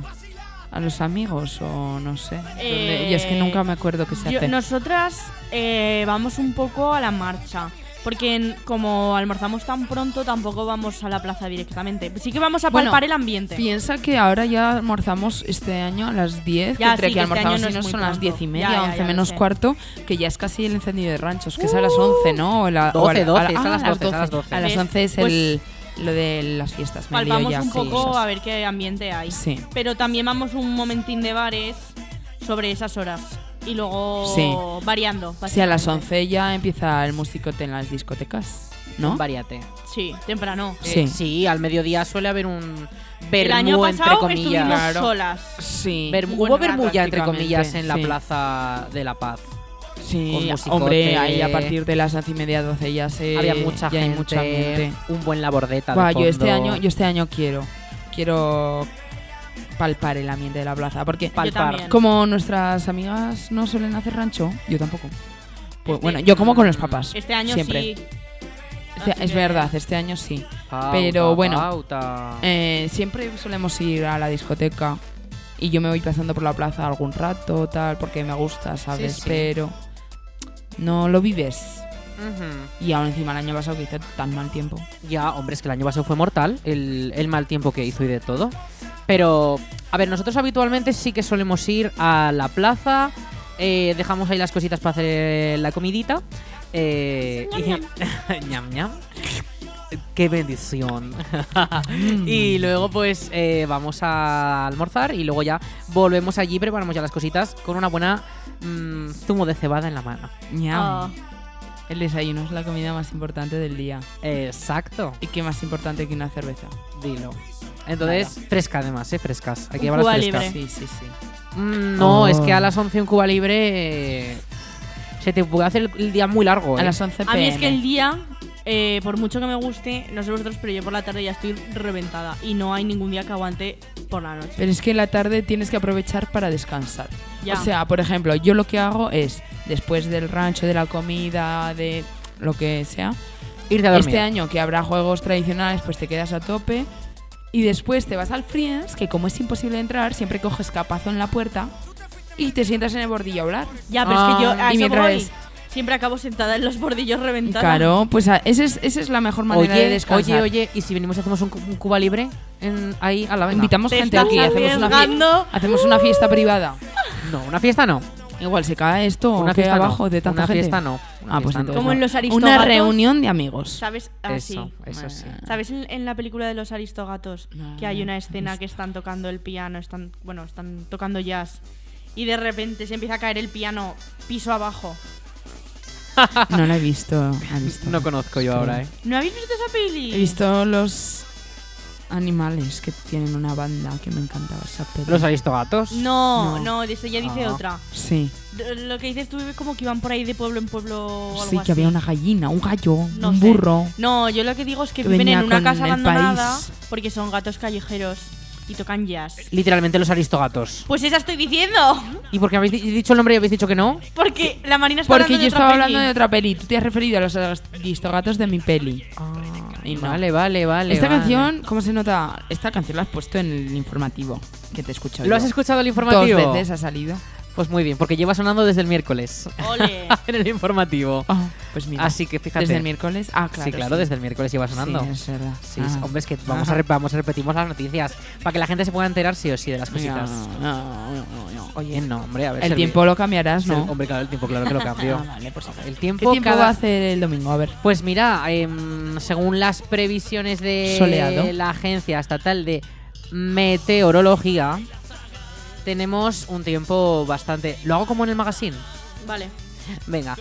a los amigos o no sé. Eh, Donde- y es que nunca me acuerdo qué se Yo- hace. nosotras eh, vamos un poco a la marcha. Porque en- como almorzamos tan pronto, tampoco vamos a la plaza directamente. Sí que vamos a Bueno, palpar el ambiente. Piensa que ahora ya almorzamos este año a las 10, que Ya, entre sí, que que este almorzamos año no y es no muy son las pronto. 10 y media, Ya, ya, 11 ya lo menos sé. cuarto, que ya es casi el encendido de ranchos, que es a las 11, ¿no? O la- o 12, a la- 12, es a ah, las 12, es a las 12. A las ¿Ves? 11 es Pues el, lo de las fiestas, me lío Palpamos ya, un sí, poco esas. a ver qué ambiente hay. Sí. Pero también vamos un momentín de bares sobre esas horas. Y luego Sí. variando. Sí, a las básicamente. 11 ya empieza el musicote en las discotecas, ¿no? Variate. Sí, temprano. Sí. Eh, sí, al mediodía suele haber un el año vermú, entre pasado comillas. estuvimos Claro. solas. Sí. Vermú- Bueno, hubo vermulla, entre prácticamente, comillas, en la sí. plaza de La Paz. con Sí, musicote. hombre, ahí a partir de las 11 y media, 12 ya se... Había mucha Eh, ya hay gente, mucha gente. un buen labordeta. de Buah, yo este fondo. año, yo este año quiero, quiero palpar el ambiente de la plaza, porque Palpar. también. como nuestras amigas no suelen hacer rancho, yo tampoco. Pues, Este- bueno, yo como con los papás. Este año siempre. sí. Este- así es que- verdad, este año sí. Pauta, Pero bueno. pauta. Eh, siempre solemos ir a la discoteca y yo me voy pasando por la plaza algún rato, tal, porque me gusta, ¿sabes? sí. Pero no lo vives. Ujú. Y aún encima el año pasado que hizo tan mal tiempo. Ya, hombre, es que el año pasado fue mortal, el, el mal tiempo que hizo y de todo. Pero, a ver, nosotros habitualmente sí que solemos ir a la plaza, eh, dejamos ahí las cositas para hacer la comidita. eh, y- ñam, ñam. ¡Qué bendición! y Mm. luego pues eh, vamos a almorzar y luego ya volvemos allí, preparamos ya las cositas con una buena mm, zumo de cebada en la mano. Ñam. Ah, El desayuno es la comida más importante del día. Exacto, ¿Y qué más importante que una cerveza? dilo. Entonces, fresca además, ¿eh? Frescas. Hay que Un llevarlas Cuba frescas. libre. Sí, sí, sí. Mm, No, Oh. es que a las 11 en Cuba Libre eh, se te puede hacer el, el día muy largo. A ¿eh? las 11 A mí es que el PM. día, eh, por mucho que me guste, no sé vosotros, pero yo por la tarde ya estoy reventada. Y no hay ningún día que aguante por la noche. Pero es que en la tarde tienes que aprovechar para descansar. Ya. O sea, por ejemplo, yo lo que hago es, después del rancho, de la comida, de lo que sea, Irte a dormir. este año que habrá juegos tradicionales, pues te quedas a tope. Y después te vas al Friends, que como es imposible entrar, siempre coges capazo en la puerta y te sientas en el bordillo a hablar. ya, pero es que yo Ah, a y eso mientras voy. es- Siempre acabo sentada en los bordillos reventada. Claro, pues a- esa es, esa es la mejor manera de Oye, descansar. oye, oye, y si venimos y hacemos un, cu- un Cuba Libre en- ahí a la venga. Invitamos Te gente estás aquí, hacemos una, fie- arriesgando. hacemos una fiesta privada. No, una fiesta no. Igual se cae esto Una o queda fiesta no. abajo de tanta Una gente. fiesta no. Una Ah, pues fiesta no. entonces Como no. en los aristogatos. Una reunión de amigos. ¿Sabes? Así. Eso, eso sí. ¿Sabes en, en la película de los aristogatos No, que hay no, una no escena que están tocando el piano, están, bueno, están tocando jazz y de repente se empieza a caer el piano piso abajo? No la he visto. la he visto. No conozco yo ahora, ¿eh? ¿No habéis visto esa peli? He visto los animales que tienen una banda que me encantaba esa peli. Los Aristogatos. No, No. no, de eso ya dice Ah. otra. Sí, De- Lo que dices tú es como que iban por ahí de pueblo en pueblo o algo sí, que así. había una gallina, un gallo, No un sé. burro. No, yo lo que digo es que Que viven venía en una con casa el abandonada país. porque son gatos callejeros y tocan jazz. Literalmente los Aristogatos. Pues esa estoy diciendo, ¿Y por qué habéis di- dicho el nombre y habéis dicho que no? porque la Marina está Porque hablando yo de otra estaba hablando peli. de otra peli. Tú te has referido a los aristogatos de mi peli. Y no. Ah, Vale, vale, vale. Esta vale. canción, ¿cómo se nota? Esta canción la has puesto en el informativo. que te escucho ¿Lo yo. has escuchado el Dos informativo? veces ha salido. Pues muy bien, porque lleva sonando desde el miércoles Ole. en el informativo. Ah, pues mira. Así que fíjate. Desde el miércoles. Ah, claro. sí, claro, desde el miércoles lleva sonando. Sí, es verdad. Ah. Sí, sí, hombre, es que vamos a, re- vamos a repetimos las noticias para que la gente se pueda enterar sí o sí de las cositas. Oye, no, hombre, a ver. El servi- tiempo lo cambiarás, ser- ¿no? Ah, Hombre, claro, el tiempo, claro que lo cambio. el ¿Qué tiempo, tiempo cada- va a hacer el domingo? A ver. Pues mira, em, según las previsiones de Soleado. la Agencia Estatal de Meteorología, tenemos un tiempo bastante. Lo hago como en el magazine. Vale. Venga.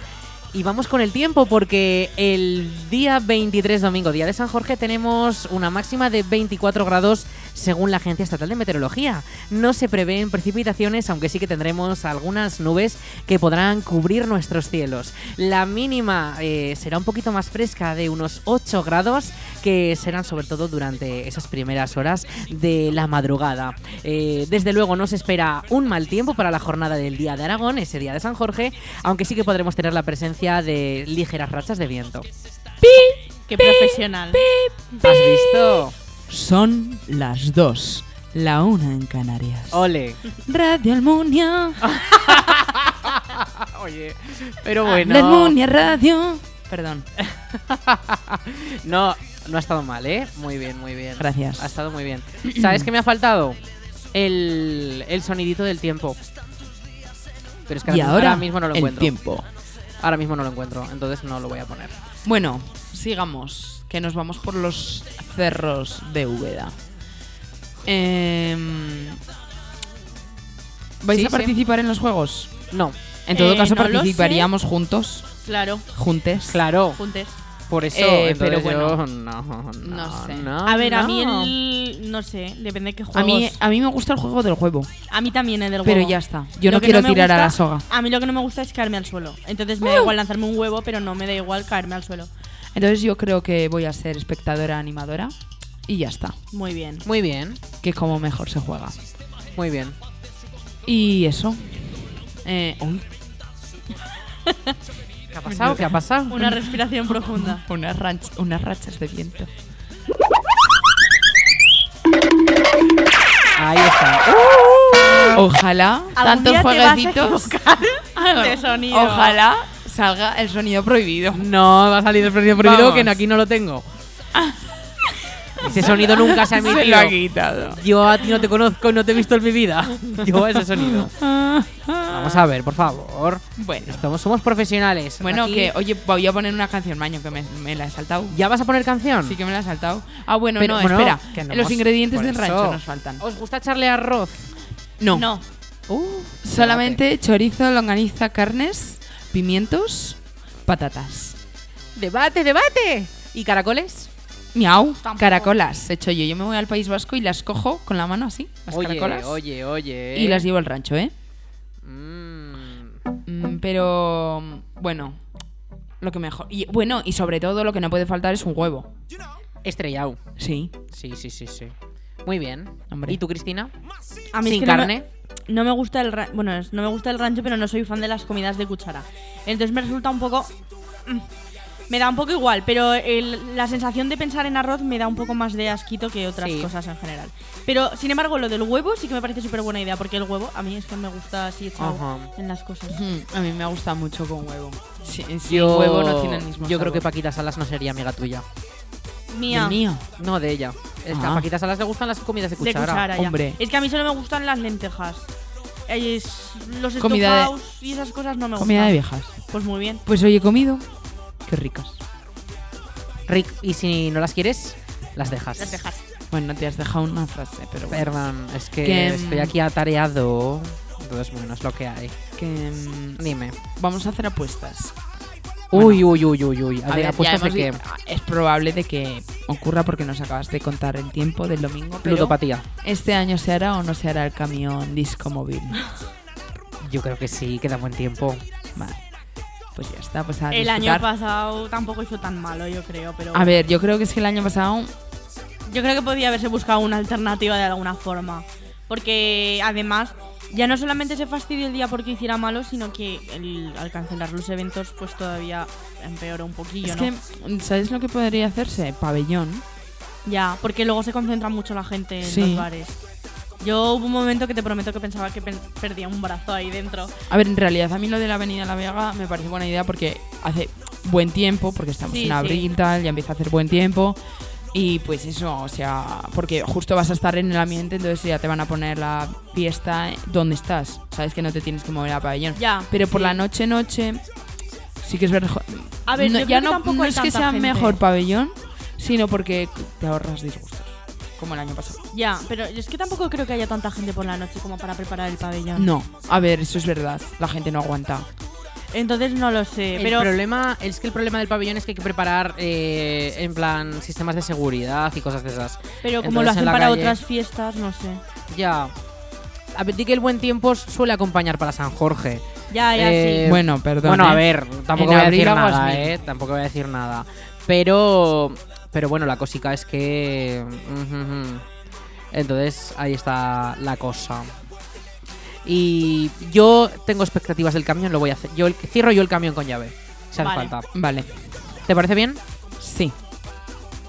Y vamos con el tiempo porque el día 23 domingo, día de San Jorge, tenemos una máxima de 24 grados según la Agencia Estatal de Meteorología. No se prevén precipitaciones, aunque sí que tendremos algunas nubes que podrán cubrir nuestros cielos. La mínima eh, será un poquito más fresca de unos 8 grados que serán sobre todo durante esas primeras horas de la madrugada. Eh, desde luego no se espera un mal tiempo para la jornada del Día de Aragón, ese Día de San Jorge, aunque sí que podremos tener la presencia de ligeras rachas de viento. Qué profesional. ¿Has visto? Son las dos. La una en Canarias. Ole. Radio Almunia. Oye, pero La bueno. Almunia Radio. Perdón. No, no ha estado mal, ¿eh? Muy bien, muy bien. Gracias. Ha estado muy bien. ¿Sabes qué me ha faltado? El, el sonidito del tiempo. Pero es que y ahora, ahora, ahora mismo no lo el encuentro. tiempo. Ahora mismo no lo encuentro, entonces no lo voy a poner. Bueno, sigamos, que nos vamos por los cerros de Úbeda. Em, ¿Vais Sí, a sí. participar en los juegos? No, En todo Eh, caso, no lo sé. participaríamos juntos, Claro. juntes. claro. Juntes. Por eso, Eh, entonces pero yo- bueno, no, no, no sé. no, A ver, a mí no. el. No sé, depende de qué juegos. Ah, A mí, a mí me gusta el juego del huevo, A mí también el del huevo. pero ya está. Yo Lo no que quiero me tirar a gusta- la soga. Ah. A mí lo que no me gusta es caerme al suelo. Entonces me da igual lanzarme un huevo, pero no me da igual caerme al suelo. Entonces yo creo que voy a ser espectadora animadora y ya está, Muy bien. Muy bien, que es como mejor se juega. muy bien. Y eso. Eh, uy, ¿Qué ha pasado? ¿Qué ha pasado? Una respiración profunda. unas, ranch- unas rachas de viento. Ahí está. Ojalá tantos día te vas a jueguecitos. de sonido. Ojalá salga el sonido prohibido. No, va a salir el sonido prohibido Vamos. que no- aquí no lo tengo. Ese sonido nunca se Se ha lo ha emitido. quitado. Yo a ti no te conozco, no te he visto en mi vida. Yo a ese sonido. Vamos a ver, por favor. Bueno, Estamos, somos profesionales. bueno Aquí- que oye, voy a poner una canción, maño, que me, me la he saltado. ¿Ya vas a poner canción? Sí que me la he saltado. Ah, bueno, Pero- no, bueno, espera. que no Los hemos- ingredientes por del eso. rancho nos faltan. ¿Os gusta echarle arroz? No. No. Uh, Solamente chorizo, longaniza, carnes, pimientos, patatas. ¡Debate, debate! ¿Y caracoles? Miau, caracolas he hecho yo. Yo me voy al País Vasco y las cojo con la mano así, las oye, caracolas. oye, oye. Y las llevo al rancho, ¿eh? Mm. Mm, Pero mm, bueno, lo que mejor. Y bueno, y sobre todo lo que no puede faltar es un huevo. Estrellado. Sí. Sí, sí, sí, sí. Muy bien. Hombre. ¿Y tú, Cristina? A mí es Sin que no me- carne. No me gusta el ra- bueno, es- no me gusta el rancho, pero no soy fan de las comidas de cuchara. Entonces me resulta un poco mm, me da un poco igual, pero el- la sensación de pensar en arroz me da un poco más de asquito que otras Sí. cosas en general. Pero sin embargo, lo del huevo sí que me parece súper buena idea, porque el huevo a mí es que me gusta así echado Ajá. en las cosas. Mm, A mí me gusta mucho con huevo. Sí, sí, Yo- huevo no tiene el mismo. Yo creo que sabor. Paquita Salas no sería amiga tuya. Mía, El mío. No, de ella. Es que a Ah. Paquita Salas le gustan las comidas de de cuchara. cuchara, ya. hombre. Es que a mí solo me gustan las lentejas. Es- los Comida de- estofados y esas cosas no me Comida de gustan. viejas. Pues muy bien. Pues hoy he comido. Qué ricas. Rick, y si no las quieres, las dejas. Las lentejas. Bueno, te has dejado una frase, pero bueno. Perdón, es que, Que, mm, estoy aquí atareado. Entonces, bueno, es lo que hay. Que, mm, Dime. vamos a hacer apuestas. Uy, uy, uy, uy, uy. A, ver, ya apuestas de hemos qué? di- ah, Es probable de que ocurra porque nos acabas de contar el tiempo del domingo. Pero Ludopatía. este año se hará o no se hará el camión disco móvil. Yo creo que sí, queda buen tiempo. Vale. Pues ya está, pues a El año disfrutar. pasado tampoco hizo tan malo, yo creo, pero A ver, yo creo que es que el año pasado. yo creo que podía haberse buscado una alternativa de alguna forma. Porque además, ya no solamente se fastidió el día porque hiciera malo, sino que el- al cancelar los eventos, pues todavía empeoró un poquillo, es ¿no? que, ¿sabéis lo que podría hacerse? Pabellón. Ya, porque luego se concentra mucho la gente en Sí. los bares. Yo hubo un momento que te prometo que pensaba que pen- perdía un brazo ahí dentro. A ver, en realidad a mí lo de la Avenida La Vega me parece buena idea porque hace buen tiempo, porque estamos Sí, en sí. abril tal, ya empieza a hacer buen tiempo. Y pues eso, o sea, porque justo vas a estar en el ambiente, entonces ya te van a poner la fiesta donde estás. Sabes que no te tienes que mover al pabellón. Ya, Pero sí. por la noche, noche, sí que es verdad. A ver, no, yo creo ya que no, tampoco no hay es que tanta sea gente. mejor pabellón, sino porque te ahorras disgustos, como el año pasado. Ya, pero es que tampoco creo que haya tanta gente por la noche como para preparar el pabellón. No, a ver, eso es verdad, la gente no aguanta. Entonces no lo sé, El Eh, pero problema es que el problema del pabellón es que hay que preparar eh, en plan sistemas de seguridad y cosas de esas. pero como lo Entonces, en hacen la para calle- otras fiestas, no sé. Ya. A ver, di que el buen tiempo suele acompañar para San Jorge. Ya, ya, Eh, sí. bueno, perdón. Bueno, a ¿eh? ver, tampoco En voy a abril decir aguas nada, mil. ¿eh? Tampoco voy a decir nada. Pero, pero bueno, la cosica es que... ujú, ujú. Entonces, ahí está la cosa. Y yo tengo expectativas del camión, lo voy a hacer. Yo el- cierro yo el camión con llave, si hace Vale. falta. Vale, ¿Te parece bien? sí.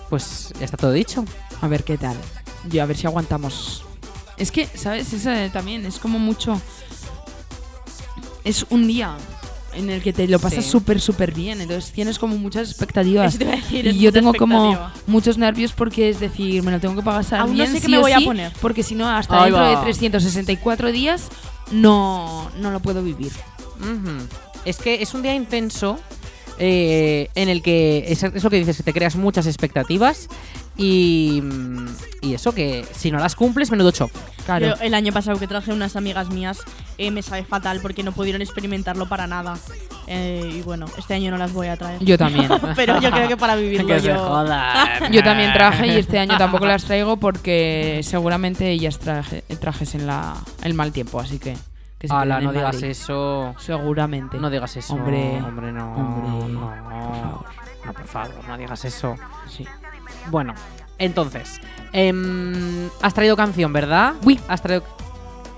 Pues ya está todo dicho. A ver qué tal. Yo a ver si aguantamos. Es que, ¿sabes? Eso eh, también es como mucho. Es un día en el que te lo pasas Sí. súper, súper bien. Entonces tienes como muchas expectativas. Eso te iba a decir, es Y yo mucha tengo como expectativa. muchos nervios porque es decir, me lo tengo que pasar Aún no bien. sé qué sí me o voy a sí, poner. Porque si no, hasta Ahí dentro va. de 364 días no, no lo puedo vivir. Ujú. Es que es un día intenso eh, en el que es, es lo que dices, que te creas muchas expectativas y, mm, y eso que si no las cumples, menudo chop. Claro. Yo el año pasado que traje unas amigas mías eh, me sabe fatal porque no pudieron experimentarlo para nada. Eh, y bueno, este año no las voy a traer. Yo también. pero yo creo que para vivirlo yo- jodan. Yo también traje y este año tampoco las traigo porque seguramente ellas traje, trajes en la, el mal tiempo, así que... que se Ala, queden no en digas Madrid. eso. Seguramente. No digas eso. Hombre, hombre, no. hombre, no, por favor. No, por favor, no digas eso. Sí. Bueno, entonces. em, has traído canción, ¿verdad? Uy. Has traído.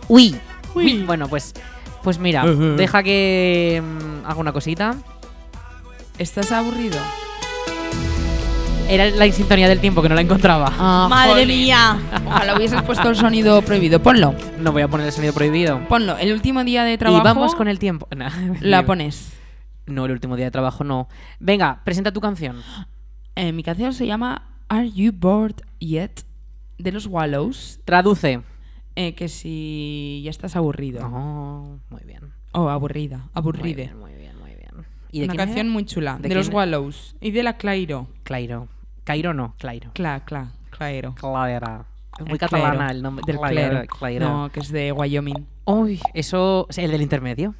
Uy. Uy. Bueno, pues. Pues mira, Ujú. deja que em, haga una cosita. ¿Estás aburrido? Era la sintonía del tiempo que no la encontraba. Ah, Madre jolín. mía. Ojalá hubieses puesto el sonido prohibido. Ponlo, No voy a poner el sonido prohibido. ponlo. El último día de trabajo Y vamos con el tiempo. Nah, la pones. No, el último día de trabajo no. Venga, presenta tu canción. Eh, mi canción se llama Are You Bored Yet? de los Wallows. Traduce. eh, que si ya estás aburrido. Oh, muy bien. O aburrida. Muy Ah. Aburride. bien, muy bien, muy bien. ¿Y de Una quién canción era? muy chula. ¿De De, los quién? Wallows. Y de la Clairo. Clairo. Cairo no, Clairo. Cla, cla, Clairo. Claira. Es muy El catalana clero. el nombre del Clairo. clero. Clairo. No, que es de Wyoming. Uy, eso es el del intermedio.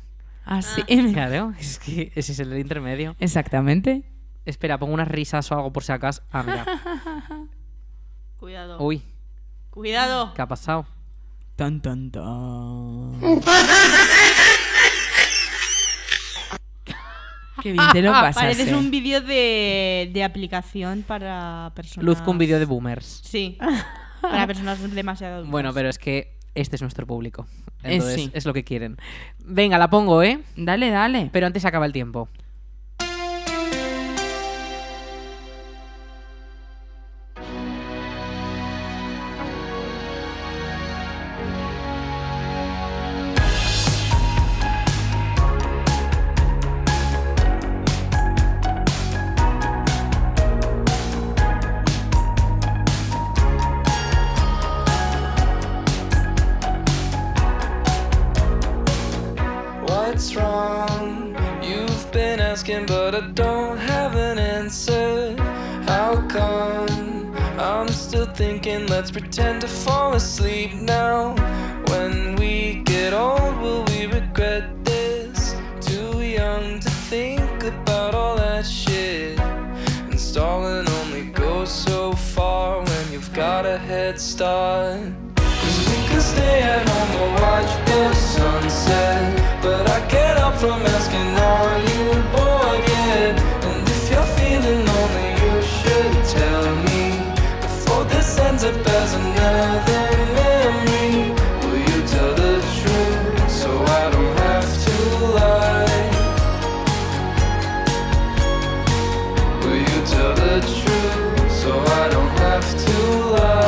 Ah, sí. Claro, es que ese es el del intermedio. Exactamente. Espera, pongo unas risas o algo por si acaso. Ah, mira. Cuidado. Uy, Cuidado. ¿qué ha pasado? Tan, tan, tan. Qué bien te lo pasaste. Pareces un vídeo de, de aplicación para personas. Luzco un vídeo de boomers. Sí. Para personas demasiado adultas. Bueno, pero es que este es nuestro público. Eh, Entonces, sí. es lo que quieren. Venga, la pongo, ¿eh? Dale, dale. Pero antes se acaba el tiempo. What's wrong? You've been asking, but I don't have an answer. How come I'm still thinking? Let's pretend to fall asleep now. When we get old, will we regret this? Too young to think about all that shit. And stalling only goes so far when you've got a head start. Cause we can stay at home and watch the sunset. But I get up from asking, are you bored yet? And if you're feeling lonely, you should tell me. Before this ends up as another memory, will you tell the truth so I don't have to lie? Will you tell the truth so I don't have to lie?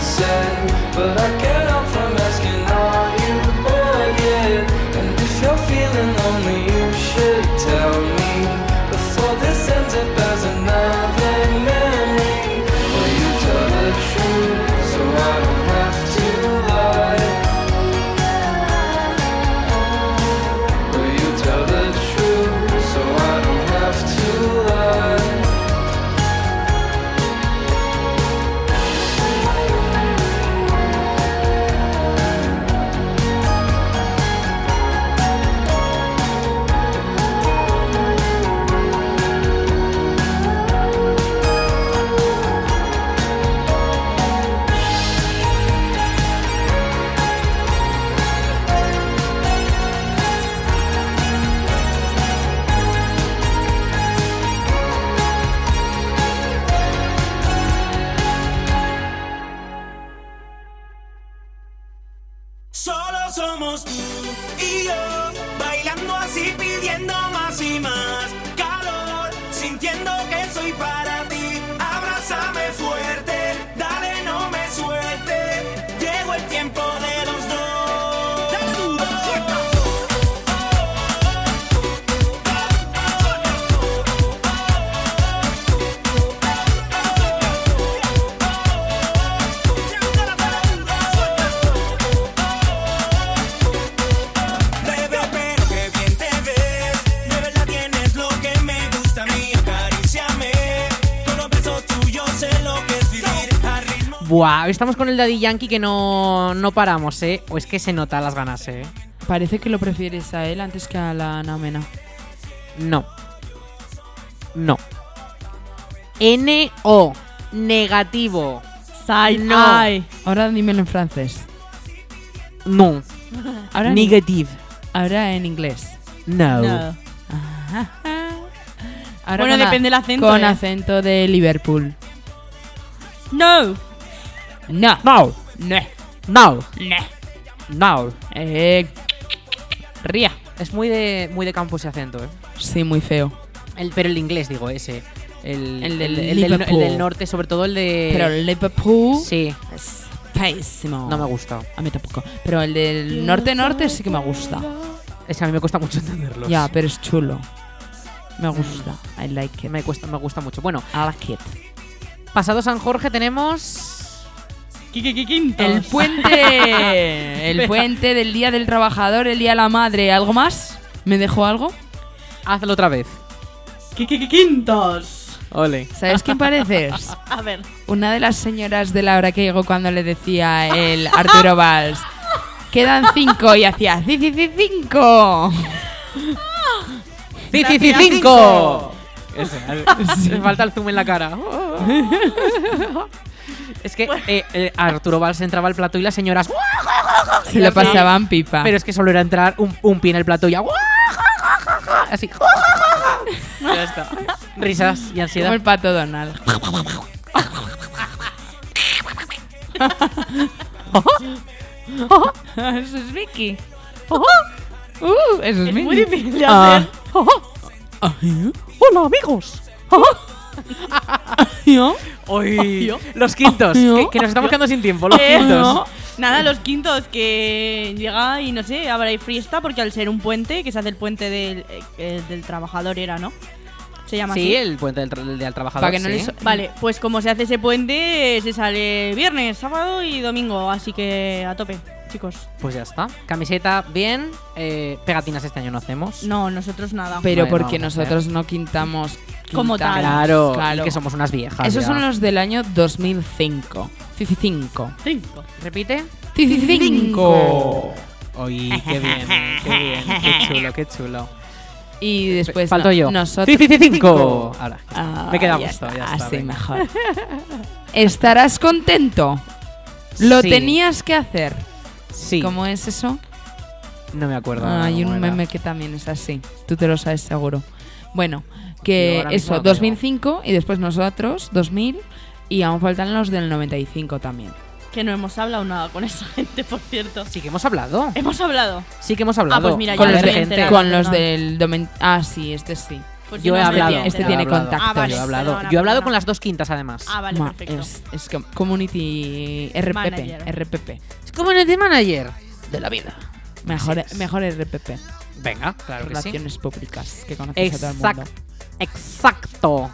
said, but I get up from asking, are you bored yet? And if you're feeling lonely, you should tell me before this ends up as another memory. Will you tell the truth so I don't have to lie? Will you tell the truth so I don't have to lie? Solo somos tú y yo, bailando así, pidiendo más y más calor, sintiendo que soy para ti. Abrázame fuerte, dale, no me suelte. Llegó el tiempo de los dos. Dale duro. Bebé, pero que bien te ves. De verdad tienes lo que me gusta a mí. Acariciame. Con los besos tuyos sé lo que es vivir. Al ritmo Buah, estamos con el Daddy Yankee que no, no paramos, ¿eh? O es que se nota las ganas, ¿eh? Parece que lo prefieres a él antes que a la Ana Mena. No. No. N-O. Negativo. Sai, No. ai. Ahora dímelo en francés. No. Ahora, en- Negative. ahora en inglés. No. No. Ahora Bueno, con a- depende del acento, Con eh. acento de Liverpool. No. No. No. No. No. No. No. Eh, ría. Es muy de, muy de campo ese acento, ¿eh? Sí, muy feo. El, pero el inglés, digo, ese. El, El del el del, Liverpool. el del norte, sobre todo el Ah. de. Pero el Liverpool Eh, Sí, es pésimo. no me gusta. A mí tampoco. Pero el del norte-norte sí que me gusta. Es que a mí me cuesta mucho entenderlos. Ya, pero es chulo. Me gusta. I like it. Me, cuesta, me gusta mucho. Bueno, I like it. pasado San Jorge tenemos. Kiki Quinto. El puente. el puente del Día del Trabajador, el Día de la Madre. ¿Algo más? ¿Me dejó algo? Hazlo otra vez. Kiki Quintos. Ole. ¿Sabes quién pareces? A ver. Una de las señoras de la hora que llegó cuando le decía el Arturo Valls. Quedan cinco y hacía "Ci, ci, ci, cinco. ¡Cici5! Me falta el zoom en la cara. es que eh, eh, Arturo Valls entraba al plató y las señoras. Se lo pasaban pipa. Pero es que solo era entrar un, un pie en el plató y ya. Así. ya está. Risas y Como ansiedad. el pato Donald. eso es Vicky. Uh, eso es, Vicky. Muy difícil de Ah. hacer. ¡Hola, amigos! Hoy, los quintos, que, que nos estamos quedando sin tiempo. Los Eh, quintos. Nada, los quintos que llega y no sé, habrá fiesta porque al ser un puente, que se hace el puente del, eh, del trabajador era, ¿no? Se llama Sí, así. el puente del, tra- del trabajador. Para que no sí. le so- Vale, pues como se hace ese puente, eh, se sale viernes, sábado y domingo, así que a tope, chicos. Pues ya está. Camiseta, bien. Eh, pegatinas este año no hacemos. No, nosotros nada. Pero Bueno, porque vamos a nosotros no quintamos. Como quintamos, tal. Claro, que somos unas viejas. Esos ya. son los del año 2005. 55. Cinco. Repite. 55. Oye, qué bien, eh, qué bien. Qué chulo, qué chulo. Y después Falto Pues no- yo. nosotros. 55. Ahora. Ah, Me queda ya gusto, está, ya está, Así venga. mejor. ¿Estarás contento? Lo Sí, tenías que hacer. Sí. ¿Cómo es eso? No me acuerdo. Ah, hay cómo un era. meme que también es así. Tú te lo sabes seguro. Bueno, Yo que ahora mismo eso, no creo. 2005 y después nosotros, 2000. Y aún faltan los del 95 también. Que no hemos hablado nada con esa gente, por cierto. Sí que hemos hablado. Hemos hablado. Sí que hemos hablado. pues mira, ya con me los de había gente. enterado. Con los no. del. domen- Ah, sí, este sí. Pues Yo no he sé hablado. bien, este pero- tiene yo he hablado. contacto. Ah, vale, yo he hablado. perdona, yo he hablado perdona. con las dos quintas, además. Ah, vale, Ma- perfecto. es, es com- community RPP. Manager. RPP. Es como el manager de la vida. Mejor, Así es. mejor RPP. Venga, claro que sí. Relaciones públicas que conoces a todo el Exacto. mundo. Exacto.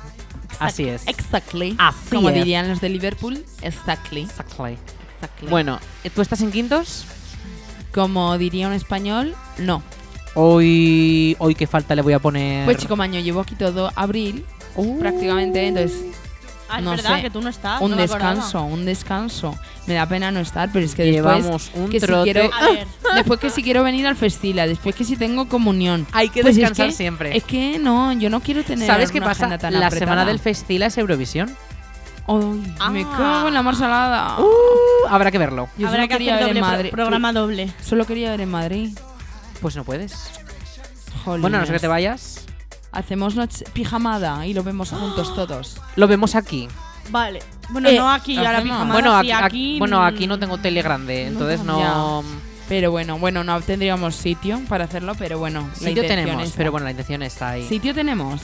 Así es. Exactly. Así Como es. dirían los de Liverpool, exactly. Exactly. exactly. Bueno, ¿tú estás en quintos? Como diría un español, no. Hoy, hoy qué falta le voy a poner. Pues chico maño, llevo aquí todo abril Uh. prácticamente, entonces Ah, es no verdad sé, que tú no estás. un no me acordaba. descanso, un descanso. Me da pena no estar, pero es que después, llevamos un que si trote. quiero- A ver, después que si quiero venir al festila, después que si tengo comunión. Hay que Pues es descansar que- siempre. Es que no, yo no quiero tener ¿Sabes qué una pasa? agenda tan la apretada. semana del Festila es Eurovisión. Ay, me Ah. cago en la mar salada. Uh, habrá que verlo. yo habrá solo que quería hacer ver doble en pro- Madrid. programa doble. Solo quería ver en Madrid. Pues no puedes. Jolines. Bueno, a no sé que te vayas. Hacemos noche pijamada y lo vemos juntos todos. Lo vemos aquí. Vale. Bueno, Eh, no aquí, yo lo ahora hacemos. pijamada, Bueno, sí, aquí, aquí, aquí- bueno, aquí mm, no tengo tele grande, entonces no, no. Pero bueno, bueno, no tendríamos sitio para hacerlo, pero bueno, la Sitio intención tenemos, está. pero bueno, la intención está ahí. Sitio tenemos.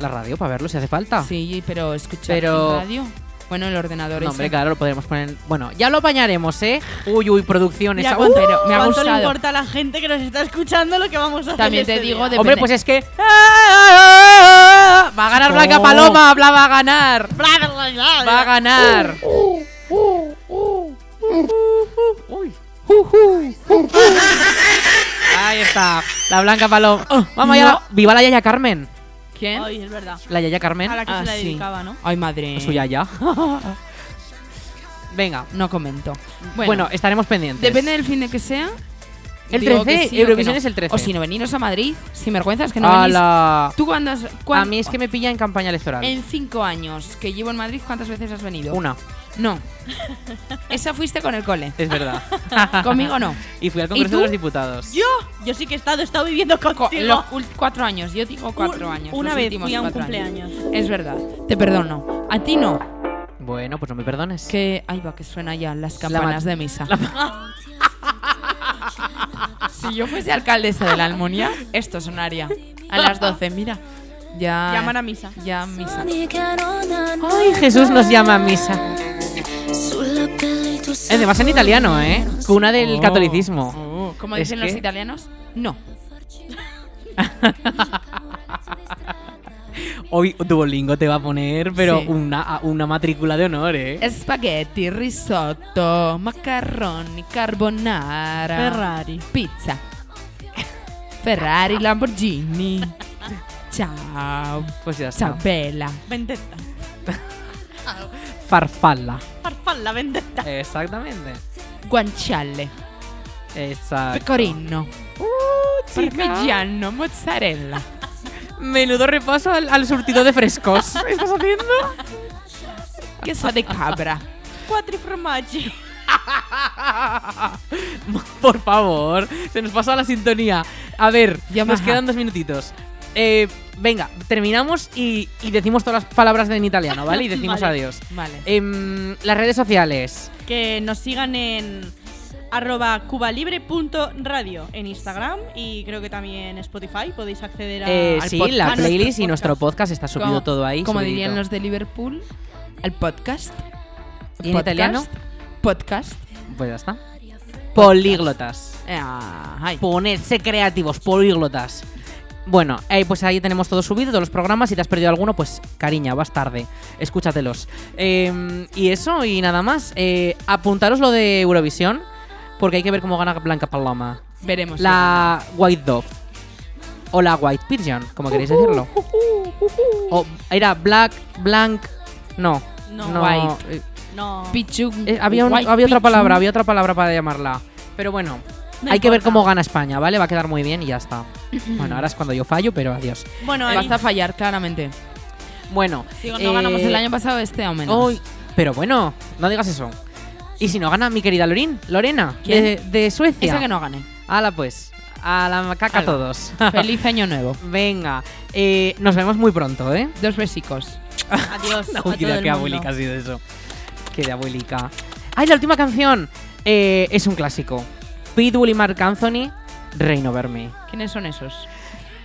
La radio para verlo si hace falta. Sí, pero escuchar Ah. Pero- en radio. Bueno, el ordenador No, ese. hombre, claro, lo podremos poner. Bueno, ya lo apañaremos, ¿eh? Uy, uy, producción Mira esa. cuánto, ¡Uh! pero me ha cuánto le gustado. importa a la gente que nos está escuchando lo que vamos a hacer. También te este digo, día. de- Hombre, depende. pues es que. Va a ganar Blanca No. Paloma, Bla va a ganar. Va a ganar. Uy. Ahí está, la Blanca Paloma. Vamos allá. no. Viva la Yaya Carmen. ¿Quién? Ay, es verdad. La Yaya Carmen. A la que ¿eh? Ah, se la sí. dedicaba, ¿no? Ay, madre. Su Yaya. Venga. No comento. Bueno, estaremos pendientes. Depende del fin de que sea. El digo que 13, sí o que Eurovisión no. es el 13. O si no veniros a Madrid, sin vergüenzas que no a, venís. la- ¿Tú cuándo has, a cuán- mí es que me pilla en campaña electoral. En cinco años que llevo en Madrid, ¿cuántas veces has venido? Una, No. Esa fuiste con el cole. es verdad. Ah. Conmigo no. Y fui al Congreso de tú? los Diputados. Yo, yo sí que he estado, he estado viviendo Co- contigo. los ul- cuatro años, yo digo cuatro Un- años. Una los vez últimos fui a un cuatro años. cumpleaños. Es verdad, te perdono. A ti no. Bueno, pues no me perdones. Que. Ahí va, que suena ya las La campanas ma- de misa. si yo fuese alcaldesa de la Almonía, esto sonaría. A las 12, mira. Ya. Llamar a misa. Ya misa. Ay, Jesús nos llama a misa. Además en italiano, ¿eh? Cuna del Oh. catolicismo. Oh, Como Es dicen que- los italianos, no. Hoy Duolingo te va a poner, pero Sí. una, a- una matrícula de honor, ¿eh? Spaghetti, risotto, macaroni, carbonara. Ferrari. Pizza. Ferrari, Lamborghini. Ciao. Pues ya está. Ciao, bella. Vendetta. Farfalla. Farfalla, vendetta. Exactamente. Guanciale. Exacto. Pecorino. chica. Parmigiano. Mozzarella. Menudo repaso al, al surtido de frescos. ¿Estás haciendo? Queso de cabra. Quattro formaggi. Por favor, se nos pasa la sintonía. A ver, ya nos Yamaha. quedan dos minutitos. Eh, venga, terminamos y, y decimos todas las palabras en italiano, ¿vale? Y decimos Vale. adiós. Vale. Em, las redes sociales. Que nos sigan en arroba cubalibre.radio en Instagram y creo que también Spotify podéis acceder a... Eh, al sí, podcast. la A nuestro playlist y podcast. nuestro podcast está subido Como- todo ahí. Como subidito. dirían los de Liverpool, al podcast. ¿Y en italiano? Podcast. Pues ya está. Políglotas. Ah, ay. Ponerse creativos, políglotas. Bueno, eh, pues ahí tenemos todo subido, todos los programas. Si te has perdido alguno, pues cariña, vas tarde. Escúchatelos. Eh, y eso, y nada más. Eh, apuntaros lo de Eurovisión, porque hay que ver cómo gana Blanca Paloma. Veremos. La White Dove. O la White Pigeon, como queréis decirlo. O era Black, Blank. No. No, White. eh, No. Pichu. eh, había, un- White había otra Pichu. palabra, había otra palabra para llamarla. Pero bueno, No hay que ver importa. cómo gana España, ¿vale? Va a quedar muy bien y ya está. bueno, ahora es cuando yo fallo, pero adiós. Bueno, ahí- Vas a fallar, claramente. Bueno. Digo, no Eh, ganamos el año pasado, este o menos. hoy- pero bueno, no digas eso. Y si no gana mi querida Lorin, Lorena, ¿Quién? de, de Suecia. Eso que no gane. Ala pues, a la macaca Ala. todos. Feliz año nuevo. Venga, eh, nos vemos muy pronto, ¿eh? Dos besicos. adiós. a todo Uy, mira el qué mundo. abuelica ha sido eso. Qué de abuelica. ¡Ay, la última canción! Eh, es un clásico. Pitbull y Marc Anthony, Reino Over Me. ¿Quiénes son esos?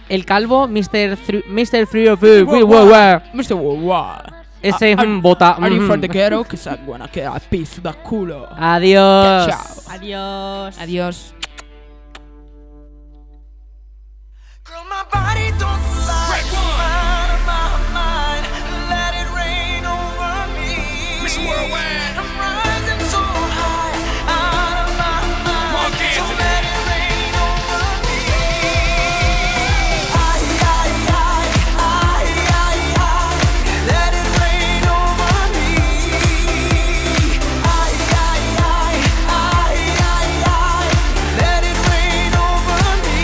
el calvo, Mr. Thr- Mr. Three of You, we- we- we- Mr. Worldwide. Ese Are- mm, bota. Ah, Are you mm, from the mm. ghetto? Que se buena que a piso da culo. Adiós. Chao. Adiós. Adiós. Girl, my body don't lie. I'm out of my mind. Let it rain over me. Miss Worldwide. I'm rising so high. Out of my mind. so let it rain over me. I, I, I, I, I, I. Let it rain over me. I, I, I, I, I, I. Let it rain over me.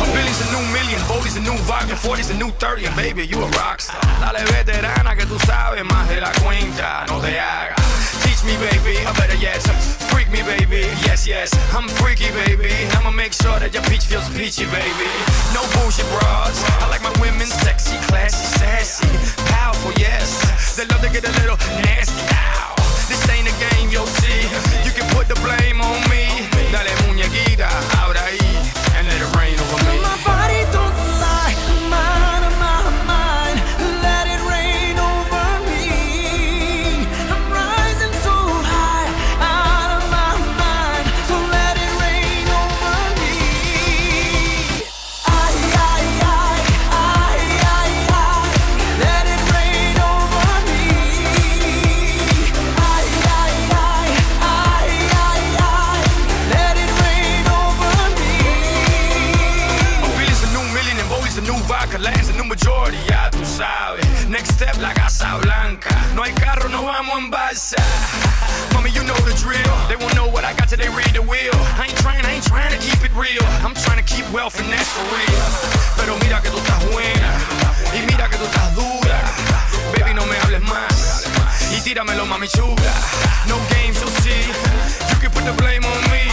A Billy's a new million, Bolly's a new vibe, your 40's a new 30, and baby, you a rockstar. Dale veterana que tú sabes más de la cuenta, no te hagas. Teach me, baby, I better yes. Freak me, baby, yes, yes. I'm freaky, baby. I'ma make sure that your peach feels peachy, baby. No bullshit bras. I like my women sexy, classy, sassy, powerful, yes. They love to get a little nasty. Ow. This ain't a game, you'll see. You can put the blame on me. Dale muñequita, ahora ahí, and let it rain over me. My body don't lie, I'm out of my mind. Let it rain over me. I'm rising so high, out of my mind. So let it rain over me. I, I, I, I, I, I. Let it rain over me. I, I, I, I, I, I. Let it rain over me. A Billy's a new million and Bowie's a new vodka. Lance a new majority, ya tú sabes. Next step, la Casa Blanca. No hay carro, no vamos en balsa. Mommy, you know the drill. They won't know what I got till they read the wheel. I ain't trying, I ain't trying to keep it real. I'm trying to keep wealth and that's for real. Pero mira que tú estás buena. Y mira que tú estás dura. Baby, no me hables más. Y tíramelo, mami chula. No games, you'll see. You can put the blame on me.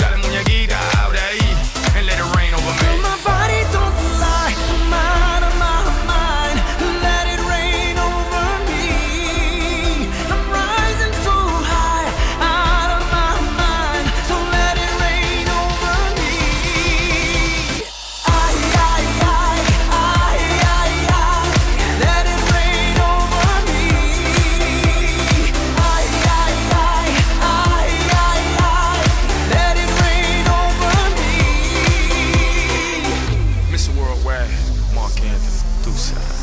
Dale muñequita, abre ahí. And let it rain over me. My body don't lie, I'm out of my mind. Let it rain over me. I'm rising so high, out of my mind. So let it rain over me. I, I, I, I, I, I. Let it rain over me. I, I, I, I, I, I. Let it rain over me. Mr. Worldwide, Mark Anthony, Deuce.